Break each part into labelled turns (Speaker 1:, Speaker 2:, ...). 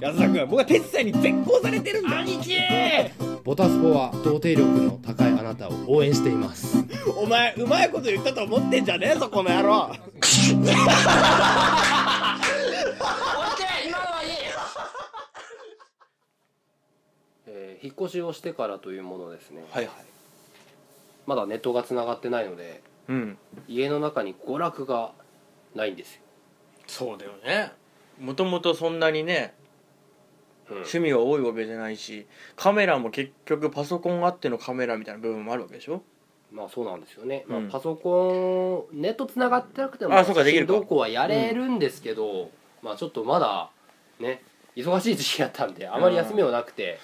Speaker 1: 安田君僕は哲さんに絶交されてるんだ
Speaker 2: 兄貴
Speaker 3: ボタスポは童貞力の高いあなたを応援しています
Speaker 1: お前うまいこと言ったと思ってんじゃねえぞこの野郎
Speaker 2: 今のはいい
Speaker 4: えー引っ越しをしてからというものですね、
Speaker 2: はいはい
Speaker 4: まだネットがつながってないので
Speaker 2: うん
Speaker 4: 家の中に娯楽がないんですよ、
Speaker 2: そうだよねもともとそんなにね
Speaker 4: うん
Speaker 2: 趣味は多いわけじゃないしカメラも結局パソコンあってのカメラみたいな部分もあるわけでしょ
Speaker 4: まあそうなんですよね、
Speaker 2: うん
Speaker 4: まあ、パソコンネットつながってなくても
Speaker 2: あそうかできるか
Speaker 4: どこはやれるんですけど、まあちょっとまだね忙しい時期やったんであまり休みはなくて、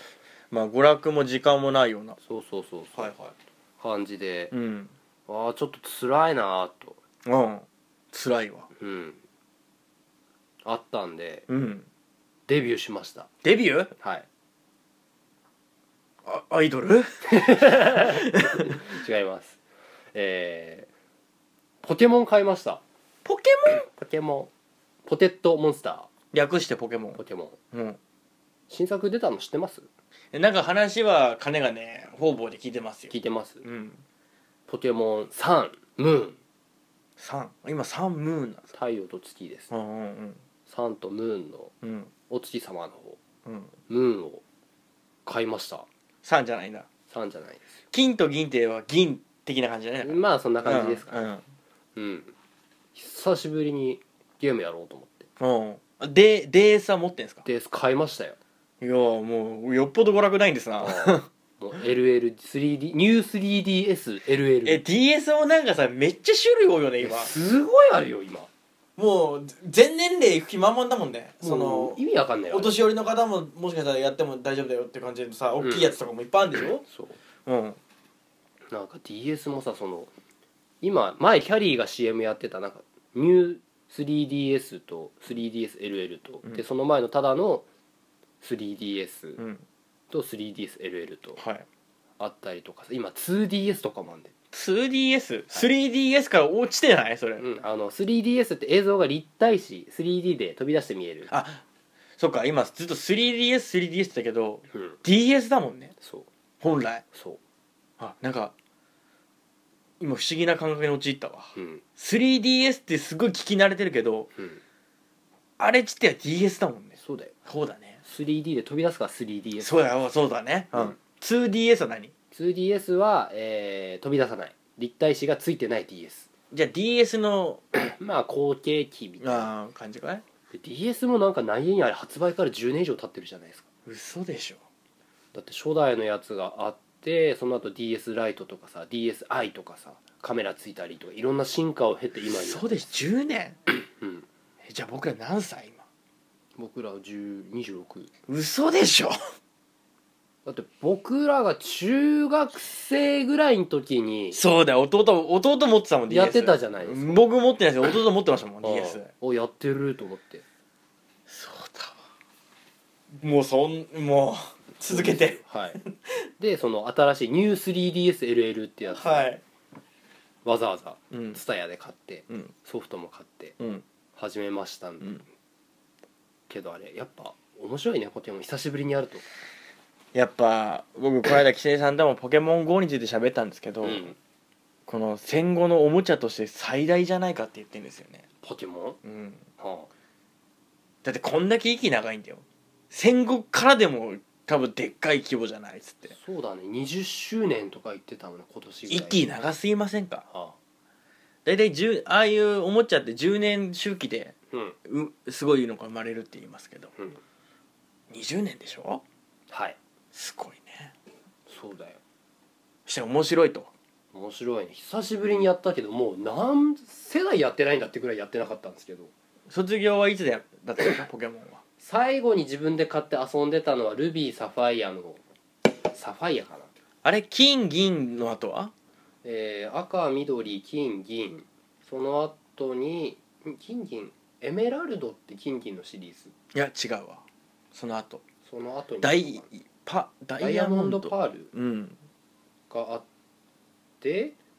Speaker 2: まあ娯楽も時間もないような
Speaker 4: そうそうそうそう、
Speaker 2: は
Speaker 4: 感じで、
Speaker 2: うん
Speaker 4: ああちょっと辛いなと、
Speaker 2: うん辛いわ
Speaker 4: うん、あったんで
Speaker 2: うん
Speaker 4: デビューしました
Speaker 2: デビュー
Speaker 4: はい
Speaker 2: あアイドル
Speaker 4: 違いますえー、ポケモン買いました
Speaker 2: ポケモン
Speaker 4: ポケモンポテッドモンスタ
Speaker 2: 略してポケモ
Speaker 4: ーポケモン
Speaker 2: ンうん
Speaker 4: 新作出たの知ってます
Speaker 2: えなんか話は金がね方々で聞いてますよ
Speaker 4: 聞いてます
Speaker 2: うん
Speaker 4: ポケモンサンムーン
Speaker 2: 三今三ムーンなんです
Speaker 4: 太陽と月です
Speaker 2: うんうん
Speaker 4: サンとムーンの
Speaker 2: うんうん
Speaker 4: お月様の方
Speaker 2: うん
Speaker 4: ムーンを買いました
Speaker 2: 三じゃないんだ
Speaker 4: サンじゃないです
Speaker 2: 金と銀っては銀的な感じじゃない
Speaker 4: よまあそんな感じですか
Speaker 2: うん
Speaker 4: うん、久しぶりにゲームやろうと思って
Speaker 2: うんうんでデーサ持ってんすか
Speaker 4: で買いましたよ
Speaker 2: いやーもうよっぽど娯楽ないんですな
Speaker 4: もう LL3D ニュー 3DSLL
Speaker 2: え DS もなんかさめっちゃ種類多いよね今
Speaker 4: すごいあるよ今
Speaker 5: もう全年齢いく気満々だもんねそ
Speaker 4: も
Speaker 5: の
Speaker 4: う意味わかんないよ
Speaker 5: お年寄りの方ももしかしたらやっても大丈夫だよって感じでさ大きいやつとかもいっぱいあるんでしょ
Speaker 4: そう
Speaker 2: うん
Speaker 4: なんか DS もさその今前キャリーが CM やってたなんかニュー 3DS と 3DSLL と、
Speaker 2: うん
Speaker 4: でその前のただの 3DS
Speaker 2: うん
Speaker 4: と 3DSLL と
Speaker 2: はい
Speaker 4: あったりとかさ今 2DS とかもあんで、
Speaker 2: 2DS3DS から落ちてないそれ
Speaker 4: うん、あの 3DS って映像が立体視 3D で飛び出して見える
Speaker 2: あそっか今ずっと 3DS3DS だけど
Speaker 4: うん、
Speaker 2: DS だもんね
Speaker 4: そう
Speaker 2: 本来
Speaker 4: そ
Speaker 2: あなんか今不思議な感覚に陥ったわ
Speaker 4: ううん
Speaker 2: 3DS ってすごい聞き慣れてるけど
Speaker 4: うん
Speaker 2: あれちっては DS だもんね
Speaker 4: そうだよ
Speaker 2: そうだね
Speaker 4: 3D で飛び出すから 3DS2DS
Speaker 2: そうだよそうだねうん 2DS は何
Speaker 4: は、えー飛び出さない立体視がついてない DS
Speaker 2: じゃあ DS の
Speaker 4: まあ後継機みたいな
Speaker 2: あー感じかい
Speaker 4: で DS もなんか何気にあれ発売から10年以上経ってるじゃないですか
Speaker 2: 嘘でしょ
Speaker 4: だって初代のやつがあってその後 DS ライトとかさ DSi とかさカメラついたりとかいろんな進化を経て今にな
Speaker 2: そうでしょ10年
Speaker 4: うん
Speaker 2: えじゃあ僕ら何歳今
Speaker 4: 僕らは10 26
Speaker 2: 嘘でしょ
Speaker 4: だって僕らが中学生ぐらいの時に
Speaker 2: そうだよ弟弟持ってたもん DS
Speaker 4: やってたじゃないですか
Speaker 2: 僕持ってないですけど弟持ってましたもん DS
Speaker 4: ああおやってると思って
Speaker 2: そう
Speaker 5: もうそんもう続けて
Speaker 4: はい、 でその新しい New3DSLL ってやつ、
Speaker 5: はい
Speaker 4: わざわざ
Speaker 2: だうん
Speaker 4: TSUTAYA で買って
Speaker 2: うん
Speaker 4: ソフトも買って
Speaker 2: うん
Speaker 4: 始めましたんで、
Speaker 2: うん
Speaker 4: けどあれやっぱ面白いねポケモン久しぶりにやると、
Speaker 2: やっぱ僕この間規制さんとも「ポケモン GO」について喋ったんですけど、
Speaker 4: うん
Speaker 2: この戦後のおもちゃとして最大じゃないかって言ってるんですよね、
Speaker 4: ポケモン、
Speaker 2: うん、
Speaker 4: は
Speaker 2: だってこんだけ息長いんだよ戦後からでも多分でっかい規模じゃないっつっ
Speaker 4: あ
Speaker 2: て
Speaker 4: そうだね20周年とか言ってたもんね今年ぐらい
Speaker 2: 息長すぎませんか
Speaker 4: はあ
Speaker 2: 大体10ああいうおもちゃって10年周期で
Speaker 4: うん
Speaker 2: うすごいのが生まれるって言いますけど
Speaker 4: うん
Speaker 2: 20年でしょ
Speaker 4: はい
Speaker 2: すごいね
Speaker 4: そうだよ
Speaker 2: そして面白いと
Speaker 4: 面白いね久しぶりにやったけどもう何世代やってないんだってぐらいやってなかったんですけど
Speaker 2: 卒業はいつでやだったんですかポケモンは
Speaker 4: 最後に自分で買って遊んでたのはルビーサファイアのサファイアかな、
Speaker 2: あれ金銀の後は
Speaker 4: えー赤緑金銀その後にん金銀エメラルドって金銀のシリーズ
Speaker 2: いや違うわその後
Speaker 4: その後に
Speaker 2: ダイパダ
Speaker 4: ダ
Speaker 2: イ
Speaker 4: イ
Speaker 2: ヤ
Speaker 4: ヤ
Speaker 2: モ
Speaker 4: モ
Speaker 2: ン
Speaker 4: ン
Speaker 2: ド
Speaker 4: ドパール
Speaker 2: うん
Speaker 4: があって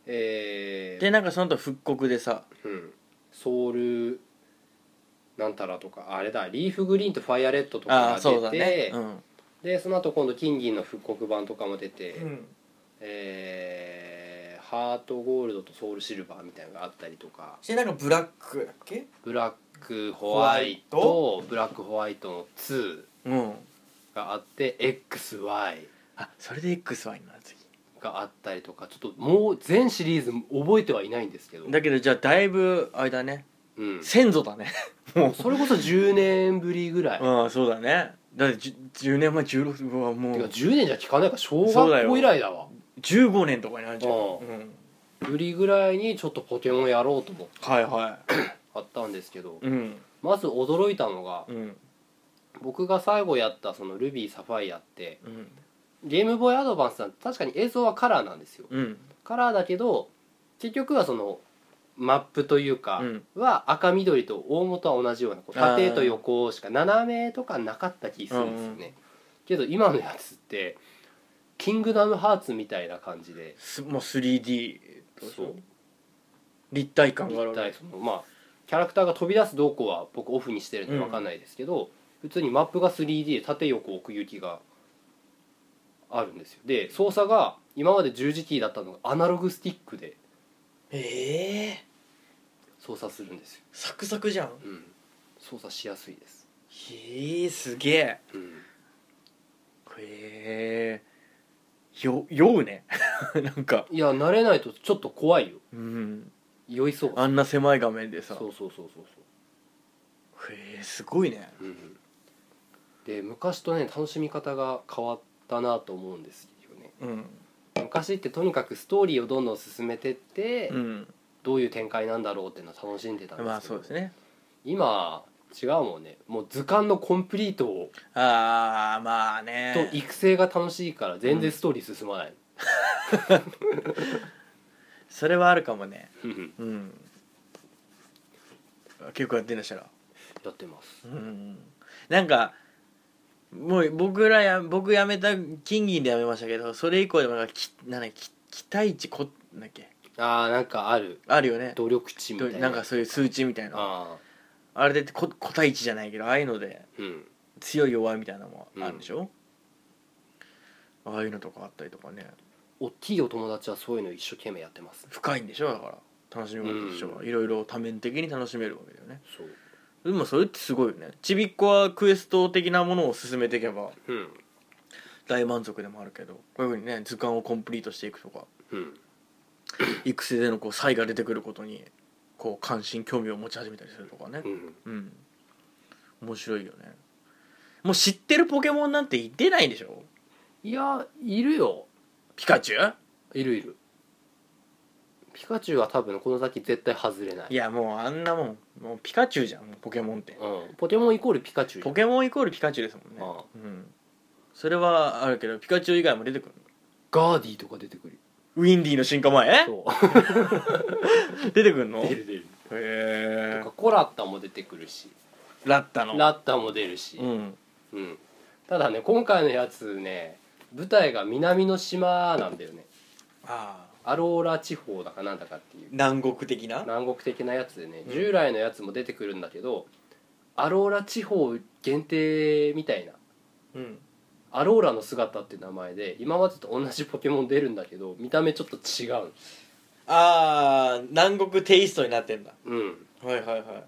Speaker 4: えー
Speaker 2: でなんかその後復刻でさ
Speaker 4: うん、ソウルなんたらとかあれだリーフグリーンとファイアレッドと
Speaker 2: あ
Speaker 4: か
Speaker 2: あ
Speaker 4: が
Speaker 2: そう
Speaker 4: 出
Speaker 2: だ
Speaker 4: て、
Speaker 2: ねうん
Speaker 4: でその後今度金銀の復刻版とかも出て、
Speaker 5: うん
Speaker 4: えーハートゴールドとソウルシルバーみたいなのがあったりとか
Speaker 5: してなんかブラックだっけ
Speaker 4: ブラックホワイトブラックホワイトの2
Speaker 2: うん
Speaker 4: があって XY
Speaker 2: あそれで XY になる次
Speaker 4: があったりとかちょっともう全シリーズ覚えてはいないんですけど、
Speaker 2: だけどじゃあだいぶあれだね
Speaker 4: うん、
Speaker 2: 先祖だね
Speaker 4: それこそ10年ぶりぐらい、
Speaker 2: うんそうだねだってじゅ 10, 年前16うわも
Speaker 4: てか
Speaker 2: う
Speaker 4: 10年じゃ聞かないから小学
Speaker 2: そうだ
Speaker 4: 校
Speaker 2: よ
Speaker 4: 以来だわ
Speaker 2: 15年とかになるんじゃん、
Speaker 4: う
Speaker 2: うん、
Speaker 4: ぶりぐらいにちょっとポケモンやろうと思って
Speaker 2: はいは
Speaker 4: あったんですけど
Speaker 2: いうん
Speaker 4: まず驚いたのが
Speaker 2: うん
Speaker 4: 僕が最後やったそのルビーサファイアって
Speaker 2: うん
Speaker 4: ゲームボーイアドバンスさん確かに映像はカラーなんですよ
Speaker 2: うん
Speaker 4: カラーだけど結局はそのマップというか
Speaker 2: うん
Speaker 4: は赤緑と大元は同じようなこう
Speaker 2: あー
Speaker 4: 縦と横しか斜めとかなかった気するんですよねけど今のやつってキングダムハーツみたいな感じです
Speaker 2: もう 3D
Speaker 4: そう
Speaker 2: 立体感がある
Speaker 4: 一
Speaker 2: わけ
Speaker 4: 体そのまあキャラクターが飛び出す動向は僕オフにしてるんで
Speaker 2: うん
Speaker 4: 分かんないですけど、普通にマップが 3D で縦横奥行きがあるんですよで操作が今まで十字キーだったのがアナログスティックで
Speaker 5: ええ
Speaker 4: 操作するんですよ、
Speaker 5: サクサクじゃん
Speaker 4: うん、操作しやすいです、
Speaker 2: へえすげえ
Speaker 4: うん、
Speaker 2: へえよ酔うね なんか
Speaker 4: いや慣れないとちょっと怖いよ
Speaker 2: うん
Speaker 4: 酔いそう
Speaker 2: あんな狭い画面で
Speaker 4: そ
Speaker 2: さ
Speaker 4: うそうそうそうそ
Speaker 2: へえすごいね
Speaker 4: う、うん、で昔とね楽しみ方が変わったなと思うんですよね
Speaker 2: うん
Speaker 4: 昔ってとにかくストーリーをどんどん進めてって、
Speaker 2: うん
Speaker 4: どういう展開なんだろうっていうのを楽しんでたんですけど、
Speaker 2: まあそうですね
Speaker 4: 今違うもんねもう図鑑のコンプリートを
Speaker 2: ああまあね
Speaker 4: と育成が楽しいから全然ストーリー進まない、
Speaker 2: それはあるかもね
Speaker 4: うん、
Speaker 2: うんあ結構やってんだしたら
Speaker 4: やってます
Speaker 2: うんなんかもう僕らや僕辞めた金銀で辞めましたけどそれ以降でもなんかきなんだっけき期待値こなんだっけ
Speaker 4: ああなんかある
Speaker 2: あるよね
Speaker 4: 努力値みたいな
Speaker 2: なんかそういう数値みたいなあ
Speaker 4: あ
Speaker 2: れでこ個体値じゃないけどああいうので
Speaker 4: ーうん
Speaker 2: 強い弱いみたいなのもあるんでしょ、ああいうのとかあったりとかね
Speaker 4: 大きいお友達はそういうの一生懸命やってます
Speaker 2: 深いんでしょだから楽しみ方としては、いろいろ多面的に楽しめるわけだよね
Speaker 4: そう
Speaker 2: でもそれってすごいよねちびっこはクエスト的なものを進めていけば
Speaker 4: うん
Speaker 2: 大満足でもあるけどこういうふうにね図鑑をコンプリートしていくとか
Speaker 4: うん
Speaker 2: 育成でのこう差異が出てくることにこう関心興味を持ち始めたりするとかね
Speaker 4: うん
Speaker 2: うん面白いよねもう知ってるポケモンなんていてないでしょ
Speaker 4: いやいるよ
Speaker 2: ピカチュウ
Speaker 4: いるいるピカチュウは多分この先絶対外れない
Speaker 2: いやもうあんなもんもうピカチュウじゃんもうポケモンって
Speaker 4: うん、ポケモンイコールピカチュウじゃ
Speaker 2: ポ
Speaker 4: ん
Speaker 2: ケモンイコールピカチュウですもんね
Speaker 4: ああ
Speaker 2: うんそれはあるけどピカチュウ以外も出てくる
Speaker 4: ガーディとか出てくるよ
Speaker 2: ウィンディーの進化前
Speaker 4: そう
Speaker 2: 出てくんの
Speaker 4: 出
Speaker 2: へ
Speaker 4: る出る
Speaker 2: え
Speaker 4: とかコラッタも出てくるし
Speaker 2: ラッタの
Speaker 4: ラッタも出るし、
Speaker 2: うん
Speaker 4: うんただね今回のやつね舞台が南の島なんだよね
Speaker 2: ああ
Speaker 4: アローラ地方だかなんだかっていう
Speaker 2: 南国的な
Speaker 4: 南国的なやつでね従来のやつも出てくるんだけど、アローラ地方限定みたいな
Speaker 2: うん
Speaker 4: アローラの姿っていう名前で今までと同じポケモン出るんだけど見た目ちょっと違う
Speaker 5: ああ南国テイストになってんだ
Speaker 4: うん
Speaker 5: はいはいは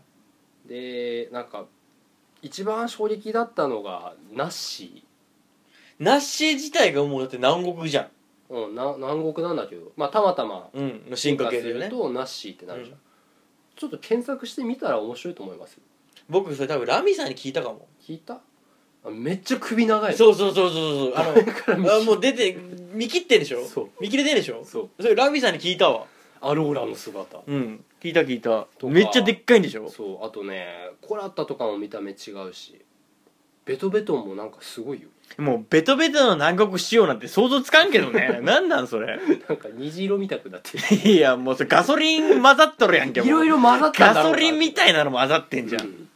Speaker 5: い
Speaker 4: でなんか一番衝撃だったのがナッシ
Speaker 5: ナッシー自体がもうだって南国じゃん
Speaker 4: ー、うん、な南国なんだけどまあたまたま
Speaker 5: うんの進化系だよね
Speaker 4: するとナッシーってなるじゃん、ちょっと検索してみたら面白いと思いますよ
Speaker 5: 僕それ多分ラミさんに聞いたかも
Speaker 4: 聞いたあめっちゃ首長い
Speaker 5: そうそうそうそうそうあの あもう出て見切ってんでしょ
Speaker 4: そう
Speaker 5: 見切れてんでしょ
Speaker 4: そう
Speaker 5: それラミさんに聞いたわ
Speaker 4: アローラの姿
Speaker 2: うん聞いた聞いた
Speaker 4: とか
Speaker 2: めっちゃでっかいんでしょ
Speaker 4: そうあとねコラッタとかも見た目違うしベトベトンもなんかすごいよ
Speaker 2: もうベトベトの南国仕様なんて想像つかんけ どねなんなんそれ
Speaker 4: なんか虹色みたくなってる
Speaker 2: いやもうそれガソリン混ざっとるやんけも う
Speaker 4: いろいろ混ざったん
Speaker 2: ガ
Speaker 4: だろう
Speaker 2: ソ
Speaker 4: な
Speaker 2: リンみたいなのも混ざってんじゃん、
Speaker 4: うん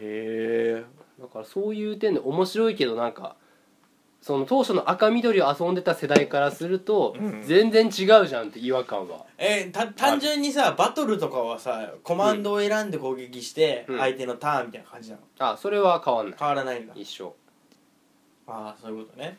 Speaker 2: へえ
Speaker 4: だからそういう点で面白いけどなんかその当初の赤緑を遊んでた世代からすると、
Speaker 5: うん
Speaker 4: 全然違うじゃんって違和感は
Speaker 5: えーた単純にさバトルとかはさコマンドを選んで攻撃して、
Speaker 4: うん
Speaker 5: 相手のターンみたいな感じなの
Speaker 4: あそれは変わんない
Speaker 5: 変わらないんだ
Speaker 4: 一緒
Speaker 5: ああそういうことね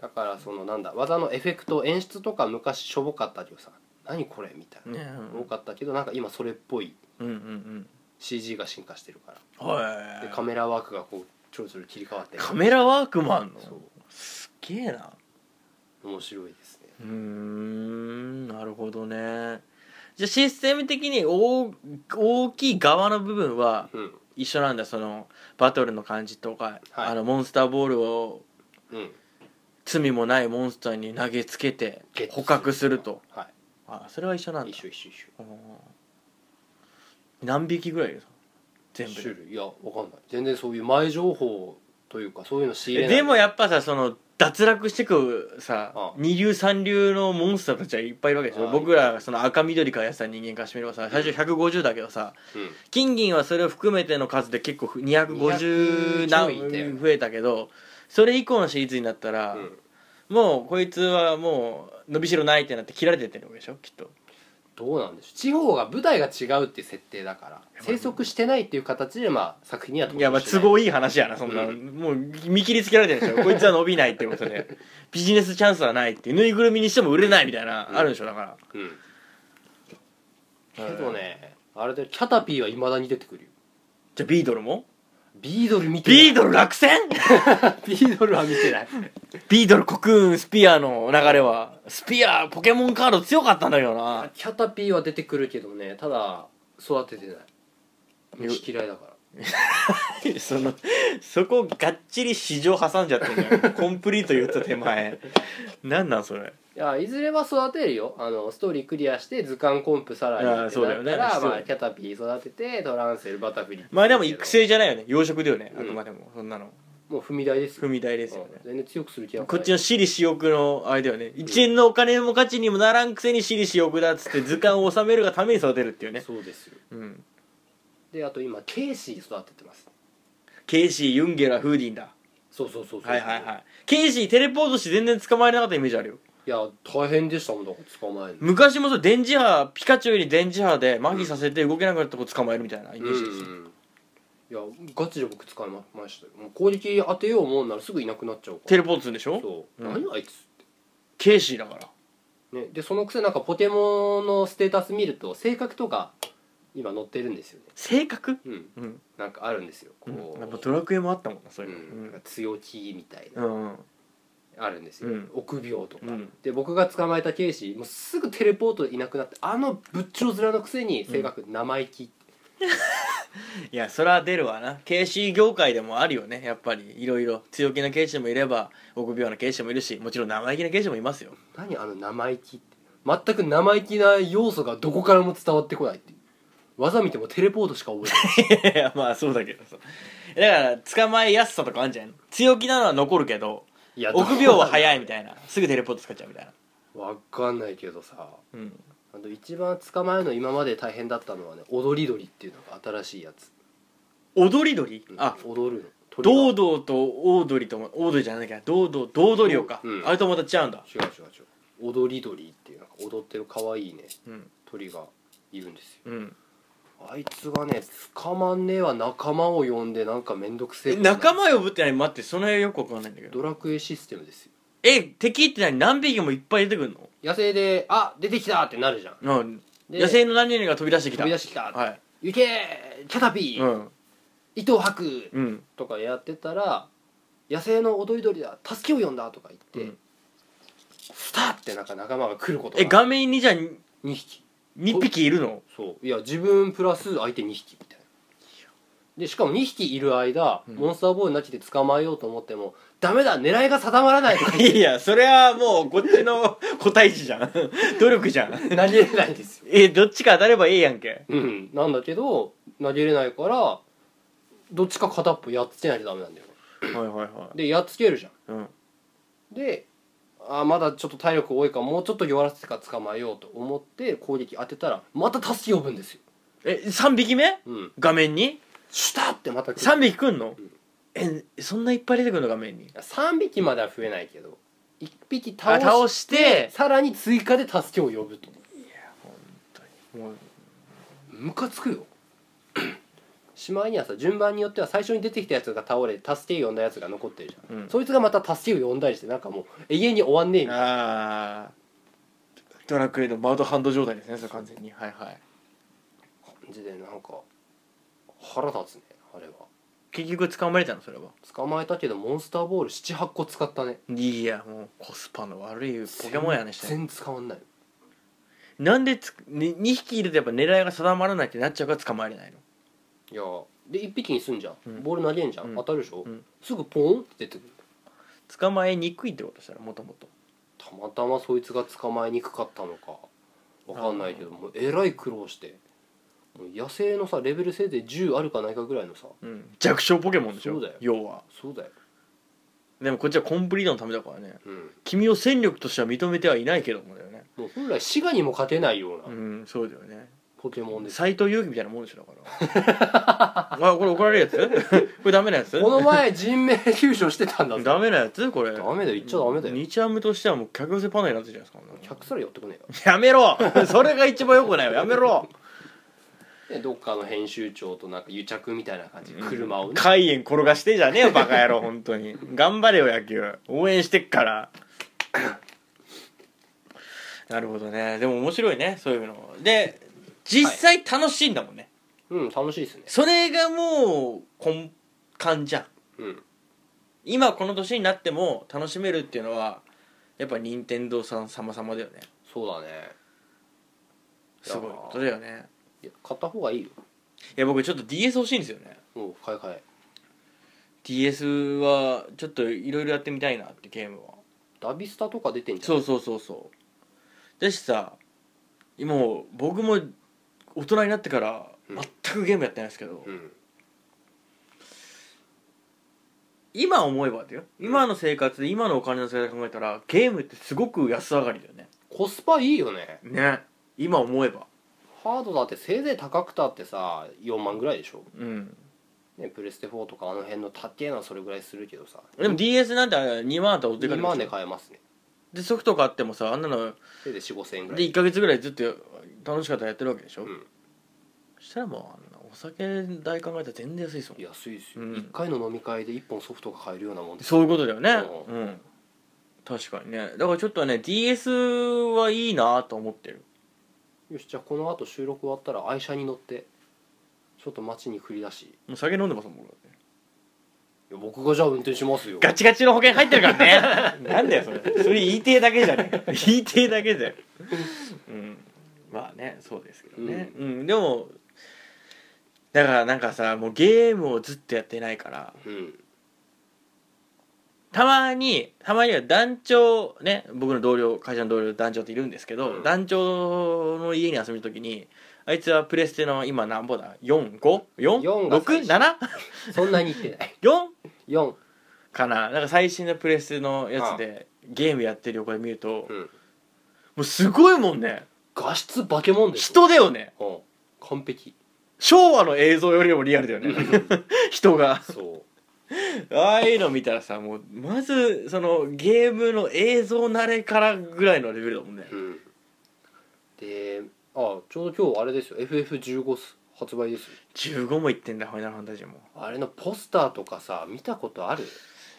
Speaker 4: だからそのなんだ技のエフェクト演出とか昔しょぼかったけどさ何これみたいな、多かったけどなんか今それっぽい
Speaker 2: うんうん
Speaker 4: CG が進化してるから
Speaker 2: うんは
Speaker 4: でカメラワークがこうちょろちょろ切り替わって
Speaker 2: カメラワークもあんの
Speaker 4: そう
Speaker 2: すっげえな
Speaker 4: 面白いですね
Speaker 2: うーんなるほどねじゃあシステム的に大大きい側の部分は
Speaker 4: うん
Speaker 2: 一緒なんだそのバトルの感じとか、
Speaker 4: はい
Speaker 2: あのモンスターボールを
Speaker 4: うん
Speaker 2: 罪もないモンスターに投げつけて
Speaker 4: ゲット
Speaker 2: 捕獲すると
Speaker 4: は
Speaker 2: あそれは一緒なん
Speaker 4: い
Speaker 2: だ
Speaker 4: 一緒一緒一緒
Speaker 2: うん何匹ぐらいいるの全部
Speaker 4: 種
Speaker 2: で
Speaker 4: 類いやわかんない全然そういう前情報というかそういうの仕入れ
Speaker 2: え
Speaker 4: ない
Speaker 2: でもやっぱさその脱落してくさ
Speaker 4: ああ
Speaker 2: 二流三流のモンスターたちはいっぱいいるわけでしょ
Speaker 4: ああ
Speaker 2: 僕らがその赤緑からやってた人間からしてみればさ最初150だけどさ
Speaker 4: うん
Speaker 2: 金銀はそれを含めての数で結構ふ250
Speaker 4: 200いたよ
Speaker 2: 何増えたけどそれ以降のシリーズになったら、
Speaker 4: うん
Speaker 2: もうこいつはもう伸びしろないってなって切られてってるわけでしょきっと
Speaker 4: どうなんでしょう地方が舞台が違うっていう設定だから生息してないっていう形でまあ作品には登
Speaker 2: いやまあ
Speaker 4: 場して
Speaker 2: 都
Speaker 4: ない
Speaker 2: 合いい話やなそんなの、
Speaker 4: う
Speaker 2: もう見切りつけられてるでしょこいつは伸びないってことで ビジネスチャンスはないっていうぬいぐるみにしても売れないみたいな、
Speaker 4: うん
Speaker 2: あるでしょだから
Speaker 4: うんけどねあれでキャタピーはいまだに出てくるよ
Speaker 2: じゃあビードルも
Speaker 4: ビードル見てない
Speaker 2: ビードル落選
Speaker 4: ビードルは見て ない
Speaker 2: ビードルコクーンスピアの流れはスピアポケモンカード強かったんだけどな
Speaker 4: キャタピーは出てくるけどねただ育ててない虫嫌いだから
Speaker 2: そのそこがっちり市場挟んじゃってんじ ゃんコンプリート言った手前なんなんそれ
Speaker 4: いやいずれは育てるよあのストーリークリアして図鑑コンプさら
Speaker 2: あ
Speaker 4: に
Speaker 2: あ
Speaker 4: って
Speaker 2: そうだよね
Speaker 4: なったら、
Speaker 2: そう
Speaker 4: まあ、キャタピー育ててトランセルバタフリー
Speaker 2: まあでも育成じゃないよね養殖だよねあくまでも、そんなの
Speaker 4: もう踏み台ですよ
Speaker 2: 踏み台ですよね
Speaker 4: うん、全然強くする気はない
Speaker 2: こっちの私利私欲のあれだよね一円のお金も価値にもならんくせに私利私欲だっつって図鑑を収めるがために育てるっていうね
Speaker 4: そうですよ
Speaker 2: うん
Speaker 4: であと今ケイシー育ててます
Speaker 2: ケイシーユンゲラフーディンだ
Speaker 4: そうそうそうそう
Speaker 2: はいはいはいケイシーテレポートして全然捕まえなかったイメージあるよ
Speaker 4: いや大変でしたもんだから捕まえるの
Speaker 2: 昔もそう電磁波ピカチュウより電磁波で麻痺させて動けなくなった子捕まえるみたいなイメージです、
Speaker 4: うんいやガチで僕使いましたよもう攻撃当てようもんならすぐいなくなっちゃうか
Speaker 2: テレ
Speaker 4: ら
Speaker 2: ポートするんでしょ
Speaker 4: そう、
Speaker 2: うん
Speaker 4: 何あいつ
Speaker 2: ケイシーだから
Speaker 4: ね、でそのくせなんかポケモンのステータス見ると性格とか今載ってるんですよね
Speaker 2: 性格
Speaker 4: うん
Speaker 2: うん、
Speaker 4: なんかあるんですよ
Speaker 2: う
Speaker 4: こ
Speaker 2: ん、
Speaker 4: う、
Speaker 2: やっぱドラクエもあったもんなそう
Speaker 4: う
Speaker 2: い
Speaker 4: んなん
Speaker 2: う
Speaker 4: か強気みたい
Speaker 2: の
Speaker 4: な、
Speaker 2: うん、うん
Speaker 4: あるんですよ、
Speaker 2: うん
Speaker 4: 臆病とか、
Speaker 2: うん
Speaker 4: で僕が捕まえたケイシーもうすぐテレポートでいなくなってあの仏頂面のくせに性格生意気、
Speaker 2: いやそれは出るわな警視業界でもあるよねやっぱりいろいろ強気な警視もいれば臆病な警視もいるしもちろん生意気な警視もいますよ
Speaker 4: 何あの生意気って全く生意気な要素がどこからも伝わってこないっていう技見てもテレポートしか覚えてな い
Speaker 2: いやまあそうだけどさだから捕まえやすさとかあるんじゃないの強気なのは残るけど
Speaker 4: いや
Speaker 2: 臆病は早
Speaker 4: い
Speaker 2: いみ たいなすぐテレポート使っちゃうみたいな
Speaker 4: わかんないけどさ
Speaker 2: うん
Speaker 4: あの一番捕まえるの今まで大変だったのはね踊り鳥っていうのが新しいやつ、
Speaker 2: 踊り鳥
Speaker 4: うん
Speaker 2: あ
Speaker 4: 踊るの鳥が
Speaker 2: 堂々とオードリーともオードリーじゃないか堂々堂々よか、
Speaker 4: うん
Speaker 2: あれとまた違うんだ
Speaker 4: 違う違う違う踊り鳥っていうなんか踊ってる可愛いね
Speaker 2: うん
Speaker 4: 鳥がいるんですよ
Speaker 2: うん
Speaker 4: あいつがね捕まんねえは仲間を呼んでなんかめんどくせえ
Speaker 2: え
Speaker 4: ことな
Speaker 2: 仲間呼ぶって何待ってその辺よくわかんないんだけど
Speaker 4: ドラクエシステムですよ
Speaker 2: え敵って何何匹もいっぱい出てくるの
Speaker 4: 野生で「あ出てきた!」ってなるじゃん
Speaker 2: うん
Speaker 4: で
Speaker 2: 野生の何々が飛び出してきた
Speaker 4: 飛び出してきた、
Speaker 2: はい
Speaker 4: 行けキャタピー、
Speaker 2: うん
Speaker 4: 糸を吐く
Speaker 2: うん
Speaker 4: とかやってたら野生の踊り鳥だ助けを呼んだとか言って、
Speaker 2: うん
Speaker 4: スターってなんか仲間が来ること
Speaker 2: え
Speaker 4: が
Speaker 2: 画面にじゃあ
Speaker 4: 2匹
Speaker 2: 2匹いるの
Speaker 4: そういや自分プラス相手2匹みたいなでしかも2匹いる間、
Speaker 2: ん
Speaker 4: モンスターボールなきで捕まえようと思ってもダメだ狙いが定まらないとか言って
Speaker 2: いやそれはもうこっちの 個体値じゃん努力じゃん
Speaker 4: 投げれないんですよ
Speaker 2: えどっちか当たればええやんけ
Speaker 4: うんなんだけど投げれないからどっちか片っぽやっつけないとダメなんだよ
Speaker 2: はいはいは
Speaker 4: でやっつけるじゃん
Speaker 2: いうん
Speaker 4: であーまだちょっと体力多いからもうちょっと弱らせてから捕まえようと思って攻撃当てたらまた助け呼ぶんですよ、
Speaker 2: え三3匹目
Speaker 4: うん、
Speaker 2: 画面に
Speaker 4: シュタってまた来る
Speaker 2: 3匹くんのえそんないっぱい出てくるの画面に
Speaker 4: 3匹までは増えないけど1匹倒
Speaker 2: あ
Speaker 4: して
Speaker 2: 倒して
Speaker 4: さらに追加で助けを呼ぶと
Speaker 2: もう
Speaker 4: ムカつくよ しまいにはさ順番によっては最初に出てきたやつが倒れ助けを呼んだやつが残ってるじゃん、
Speaker 2: うん
Speaker 4: そいつがまた助けを呼んだりしてなんかもう永遠に終わんねえみたいな
Speaker 2: ああドラクエのバウトハンド状態ですねそれ完全にはいはい
Speaker 4: 感じでなんか腹立つねあれは
Speaker 2: 結局捕まえたのそれは
Speaker 4: 捕まえたけどモンスターボール78個使ったね
Speaker 2: いやもうコスパの悪いポケモンやねして
Speaker 4: 全然捕まんない
Speaker 2: なんでつ、ね、2匹いるとやっぱ狙いが定まらないってなっちゃうから捕まえれないの
Speaker 4: いやで1匹にすんじゃん、
Speaker 2: うん
Speaker 4: ボール投げんじゃん、
Speaker 2: うん
Speaker 4: 当たるでしょ、
Speaker 2: うん
Speaker 4: すぐポーンって出てくる
Speaker 2: 捕まえにくいってことしたらもともと
Speaker 4: たまたまそいつが捕まえにくかったのかわかんないけどもうえらい苦労してもう野生のさレベルせいぜい10あるかないかぐらいのさ
Speaker 2: うん弱小ポケモンでしょ
Speaker 4: そうだよ
Speaker 2: 要は
Speaker 4: そうだよ
Speaker 2: でもこっちはコンプリートのためだからね
Speaker 4: うん
Speaker 2: 君を戦力としては認めてはいないけどもだよね
Speaker 4: もう本来滋賀にも勝てないよう
Speaker 2: う
Speaker 4: なん
Speaker 2: そうだよね
Speaker 4: ポケモンです、
Speaker 2: 斎藤佑樹みたいなもんでしょだ からあこれ怒られるやつ これダメなやつ
Speaker 4: この前人命救助してたんだぞ
Speaker 2: ダメなやつこれ
Speaker 4: ダメだよ言っちゃダメだよ、
Speaker 2: 2チャンムとしてはもう客寄せパネルになってるじゃないですか
Speaker 4: 客すら寄ってこねえよ
Speaker 2: やめろ それが一番よくないよや めろ
Speaker 4: でどっかの編集長となんか癒着みたいな感じで車をね、
Speaker 2: 海縁転がしてじゃねえよバカ野郎本当に頑張れよ野球応援してっから なるほどねでも面白いねそういうので実際楽しいんだもんね、
Speaker 4: うん楽しいですね
Speaker 2: それがもう根幹じゃん
Speaker 4: うん
Speaker 2: 今この年になっても楽しめるっていうのはやっぱ任天堂さん様々だよね
Speaker 4: そうだね
Speaker 2: すごいことだよね
Speaker 4: いや買った方がいいよ
Speaker 2: いや僕ちょっと DS 欲しいんですよね
Speaker 4: もう買い替え
Speaker 2: DS はちょっといろいろやってみたいなってゲームは
Speaker 4: ダビスタとか出てんじゃん
Speaker 2: そうそうそうそうだしさもう僕も大人になってから
Speaker 4: うん
Speaker 2: 全くゲームやってないですけど、
Speaker 4: うん
Speaker 2: 今思えばだよ今の生活で今のお金の使い方考えたらゲームってすごく安上がりだよね
Speaker 4: コスパいいよね
Speaker 2: ね今思えば
Speaker 4: ハードだってせいぜい高くたってさ4万ぐらいでしょ、
Speaker 2: うん
Speaker 4: ね、プレステ4とかあの辺の高えのはそれぐらいするけどさ
Speaker 2: でも DS なんて2万あったらお手
Speaker 4: 2
Speaker 2: 軽
Speaker 4: 万で
Speaker 2: しょ
Speaker 4: 買えますね
Speaker 2: でソフト買ってもさあんなの
Speaker 4: せいぜい4 5千円ぐら
Speaker 2: で
Speaker 4: い
Speaker 2: 1か月ぐらいずっと楽しかったらやってるわけでしょ、
Speaker 4: うん
Speaker 2: そしたらもうあのお酒代考えたら全然安いですもん
Speaker 4: 安いですよ、
Speaker 2: うん
Speaker 4: 1回の飲み会で1本ソフトが買えるようなもんです
Speaker 2: そういうことだよね
Speaker 4: う
Speaker 2: うん確かにねだからちょっとね DS はいいなと思ってる
Speaker 4: よしじゃあこの後収録終わったら愛車に乗ってちょっと街に繰り出しい
Speaker 2: もう酒飲んでますもん僕だって
Speaker 4: や僕がじゃあ運転しますよ
Speaker 2: ガチガチの保険入ってるからね なんだよそれそれ言いてえだけじゃねえ言いてえだけだようんまあねそうですけどねうん、でもだからなんかさもうゲームをずっとやってないから
Speaker 4: うん
Speaker 2: たまにたまには団長ね僕の同僚会社の同僚団長っているんですけど、
Speaker 4: うん
Speaker 2: 団長の家に遊びに行く時にあいつはプレステの今なんぼだ
Speaker 4: 4が最初
Speaker 2: 45?4?6?7?4?
Speaker 4: そんなに言ってない4
Speaker 2: かななんか最新のプレステのやつでゲームやってる横で見ると、
Speaker 4: うん
Speaker 2: もうすごいもんね
Speaker 4: 画質化け物でしょ
Speaker 2: 人だよね
Speaker 4: うん完璧
Speaker 2: 昭和の映像よりもリアルだよ ね人が
Speaker 4: そう
Speaker 2: ああいうの見たらさもうまずそのゲームの映像慣れからぐらいのレベルだもんね
Speaker 4: うんであちょうど今日あれですよ FF15 発売ですよ
Speaker 2: 15もいってんだファイナルファンタジーも
Speaker 4: あれのポスターとかさ見たことある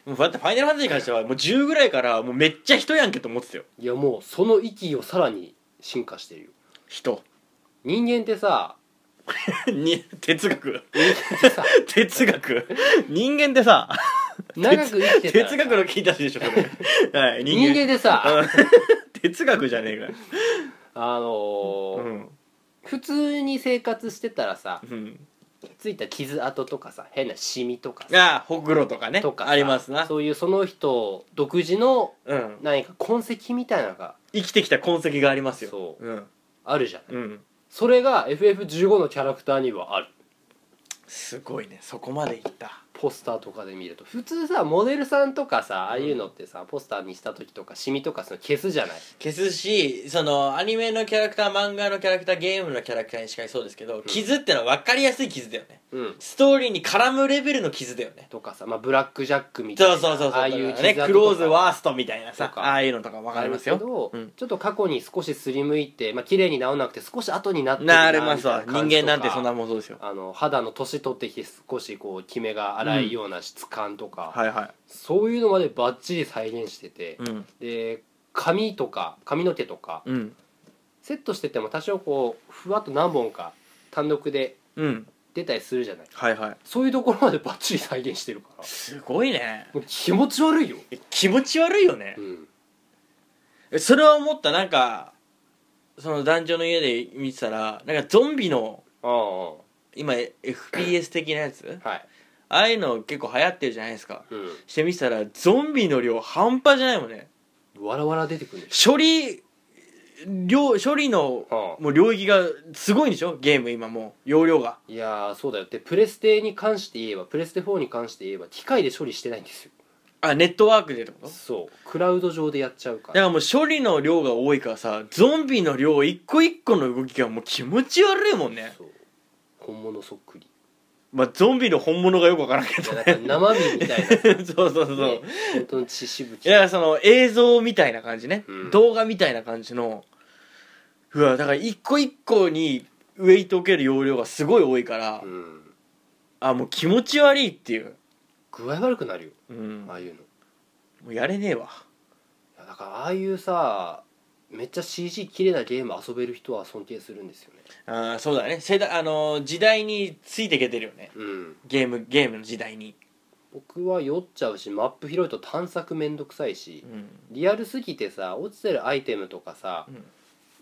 Speaker 2: もうだってファイナルファンタジーに関してはもう10ぐらいからもうめっちゃ人やんけと思ってたよ
Speaker 4: いやもうその域をさらに進化してるよ
Speaker 2: 人
Speaker 4: 人間ってさ
Speaker 2: に哲学
Speaker 4: 人間ってさ
Speaker 2: 哲学人間ってさ
Speaker 4: 長く生きてたらさ
Speaker 2: 哲学の聞いたしでしょそれはい
Speaker 4: 人間でさ
Speaker 2: うん 哲学じゃねえかよ
Speaker 4: あのー
Speaker 2: うん
Speaker 4: 普通に生活してたらさ
Speaker 2: うん
Speaker 4: ついた傷跡とかさ変なシミとかさ
Speaker 2: ああほくろとかね
Speaker 4: とかさ
Speaker 2: ありますな
Speaker 4: そういうその人独自の
Speaker 2: うん
Speaker 4: 何か痕跡みたいなのが
Speaker 2: 生きてきた痕跡がありますよ
Speaker 4: そう
Speaker 2: うん
Speaker 4: あるじゃない
Speaker 2: うん
Speaker 4: それが FF15 のキャラクターにはある
Speaker 2: すごいねそこまでいった
Speaker 4: ポスターとかで見ると普通さモデルさんとかさああいうのってさ、ポスターにした時とかシミとかその消すじゃない
Speaker 5: 消すしそのアニメのキャラクター漫画のキャラクターゲームのキャラクターに近いそうですけど傷ってのは分かりやすい傷だよね
Speaker 4: うん
Speaker 5: ストーリーに絡むレベルの傷だよね
Speaker 4: とかさ、まあ、ブラックジャックみたい
Speaker 5: そ
Speaker 4: な
Speaker 5: うそうそうそう
Speaker 4: ああいう
Speaker 5: だからね
Speaker 4: 傷跡とか
Speaker 5: クローズワーストみたいなさ
Speaker 4: とか
Speaker 2: ああいうのとか分かります
Speaker 4: あるけど、
Speaker 2: ようん
Speaker 4: ちょっと過去に少しすりむいて、まあ綺麗にならなくて少し後になってる
Speaker 2: な
Speaker 4: な
Speaker 2: れますわ
Speaker 4: みたい
Speaker 2: 人
Speaker 4: 感じと
Speaker 2: 間
Speaker 4: か
Speaker 2: なんてそんなもんそうですよ
Speaker 4: あの肌の年取ってきて少しこうキメが荒いような質感とか、
Speaker 2: はいは
Speaker 4: そういうのまでバッチリ再現してて、
Speaker 2: いうん
Speaker 4: で髪とか髪の毛とか
Speaker 2: うん
Speaker 4: セットしてても多少こうふわっと何本か単独で
Speaker 2: うん
Speaker 4: 出たりするじゃない
Speaker 2: はいはい
Speaker 4: そういうところまでバッチリ再現してるから
Speaker 2: すごいね
Speaker 4: もう気持ち悪いよ、
Speaker 2: 気持ち悪いよね
Speaker 4: うん、
Speaker 2: えそれは思ったなんかその男女の家で見てたらなんかゾンビの
Speaker 4: あああ
Speaker 2: 今 FPS 的なやつ
Speaker 4: あはい、
Speaker 2: ああいうの結構流行ってるじゃないですか
Speaker 4: う
Speaker 2: してみてたらゾンビの量半端じゃないもんね
Speaker 4: ん、わらわら出てくるんでし
Speaker 2: 処理量処理の
Speaker 4: ょ、うん
Speaker 2: もう領域がすごいんでしょゲーム今もう容量が
Speaker 4: いやーそうだよでプレステに関して言えばプレステ4に関して言えば機械で処理してないんですよ
Speaker 2: あネットワークでってこと
Speaker 4: そうクラウド上でやっちゃうか
Speaker 2: だかららもう処理の量が多いからさゾンビの量一個一個の動きがもう気持ち悪いもんね
Speaker 4: そう本物そっくり
Speaker 2: まあゾンビの本物がよくわからんけ
Speaker 4: い
Speaker 2: ど
Speaker 4: や
Speaker 2: ね
Speaker 4: なんか生身みたいな さ
Speaker 2: そうそうそう、
Speaker 4: ね本当の血しぶ
Speaker 2: い
Speaker 4: き
Speaker 2: やだからその映像みたいな感じね、
Speaker 4: うん
Speaker 2: 動画みたいな感じのうわだから一個一個にウェイトを受ける容量がすごい多いから、
Speaker 4: うん
Speaker 2: あもう気持ち悪いっていう、
Speaker 4: 具合悪くなるよ
Speaker 2: うん、
Speaker 4: あ
Speaker 2: も
Speaker 4: あいうのいう
Speaker 2: やれねえわ
Speaker 4: やだからああいうさめっちゃ CG 綺麗なゲーム遊べる人は尊敬するんですよね
Speaker 2: あーそうだね世代、あのー時代についていけてるよね
Speaker 4: うん
Speaker 2: ゲームゲームの時代に、
Speaker 4: 僕は酔っちゃうしマップ広いと探索めんどくさいし
Speaker 2: うん
Speaker 4: リアルすぎてさ落ちてるアイテムとかさ、
Speaker 2: うん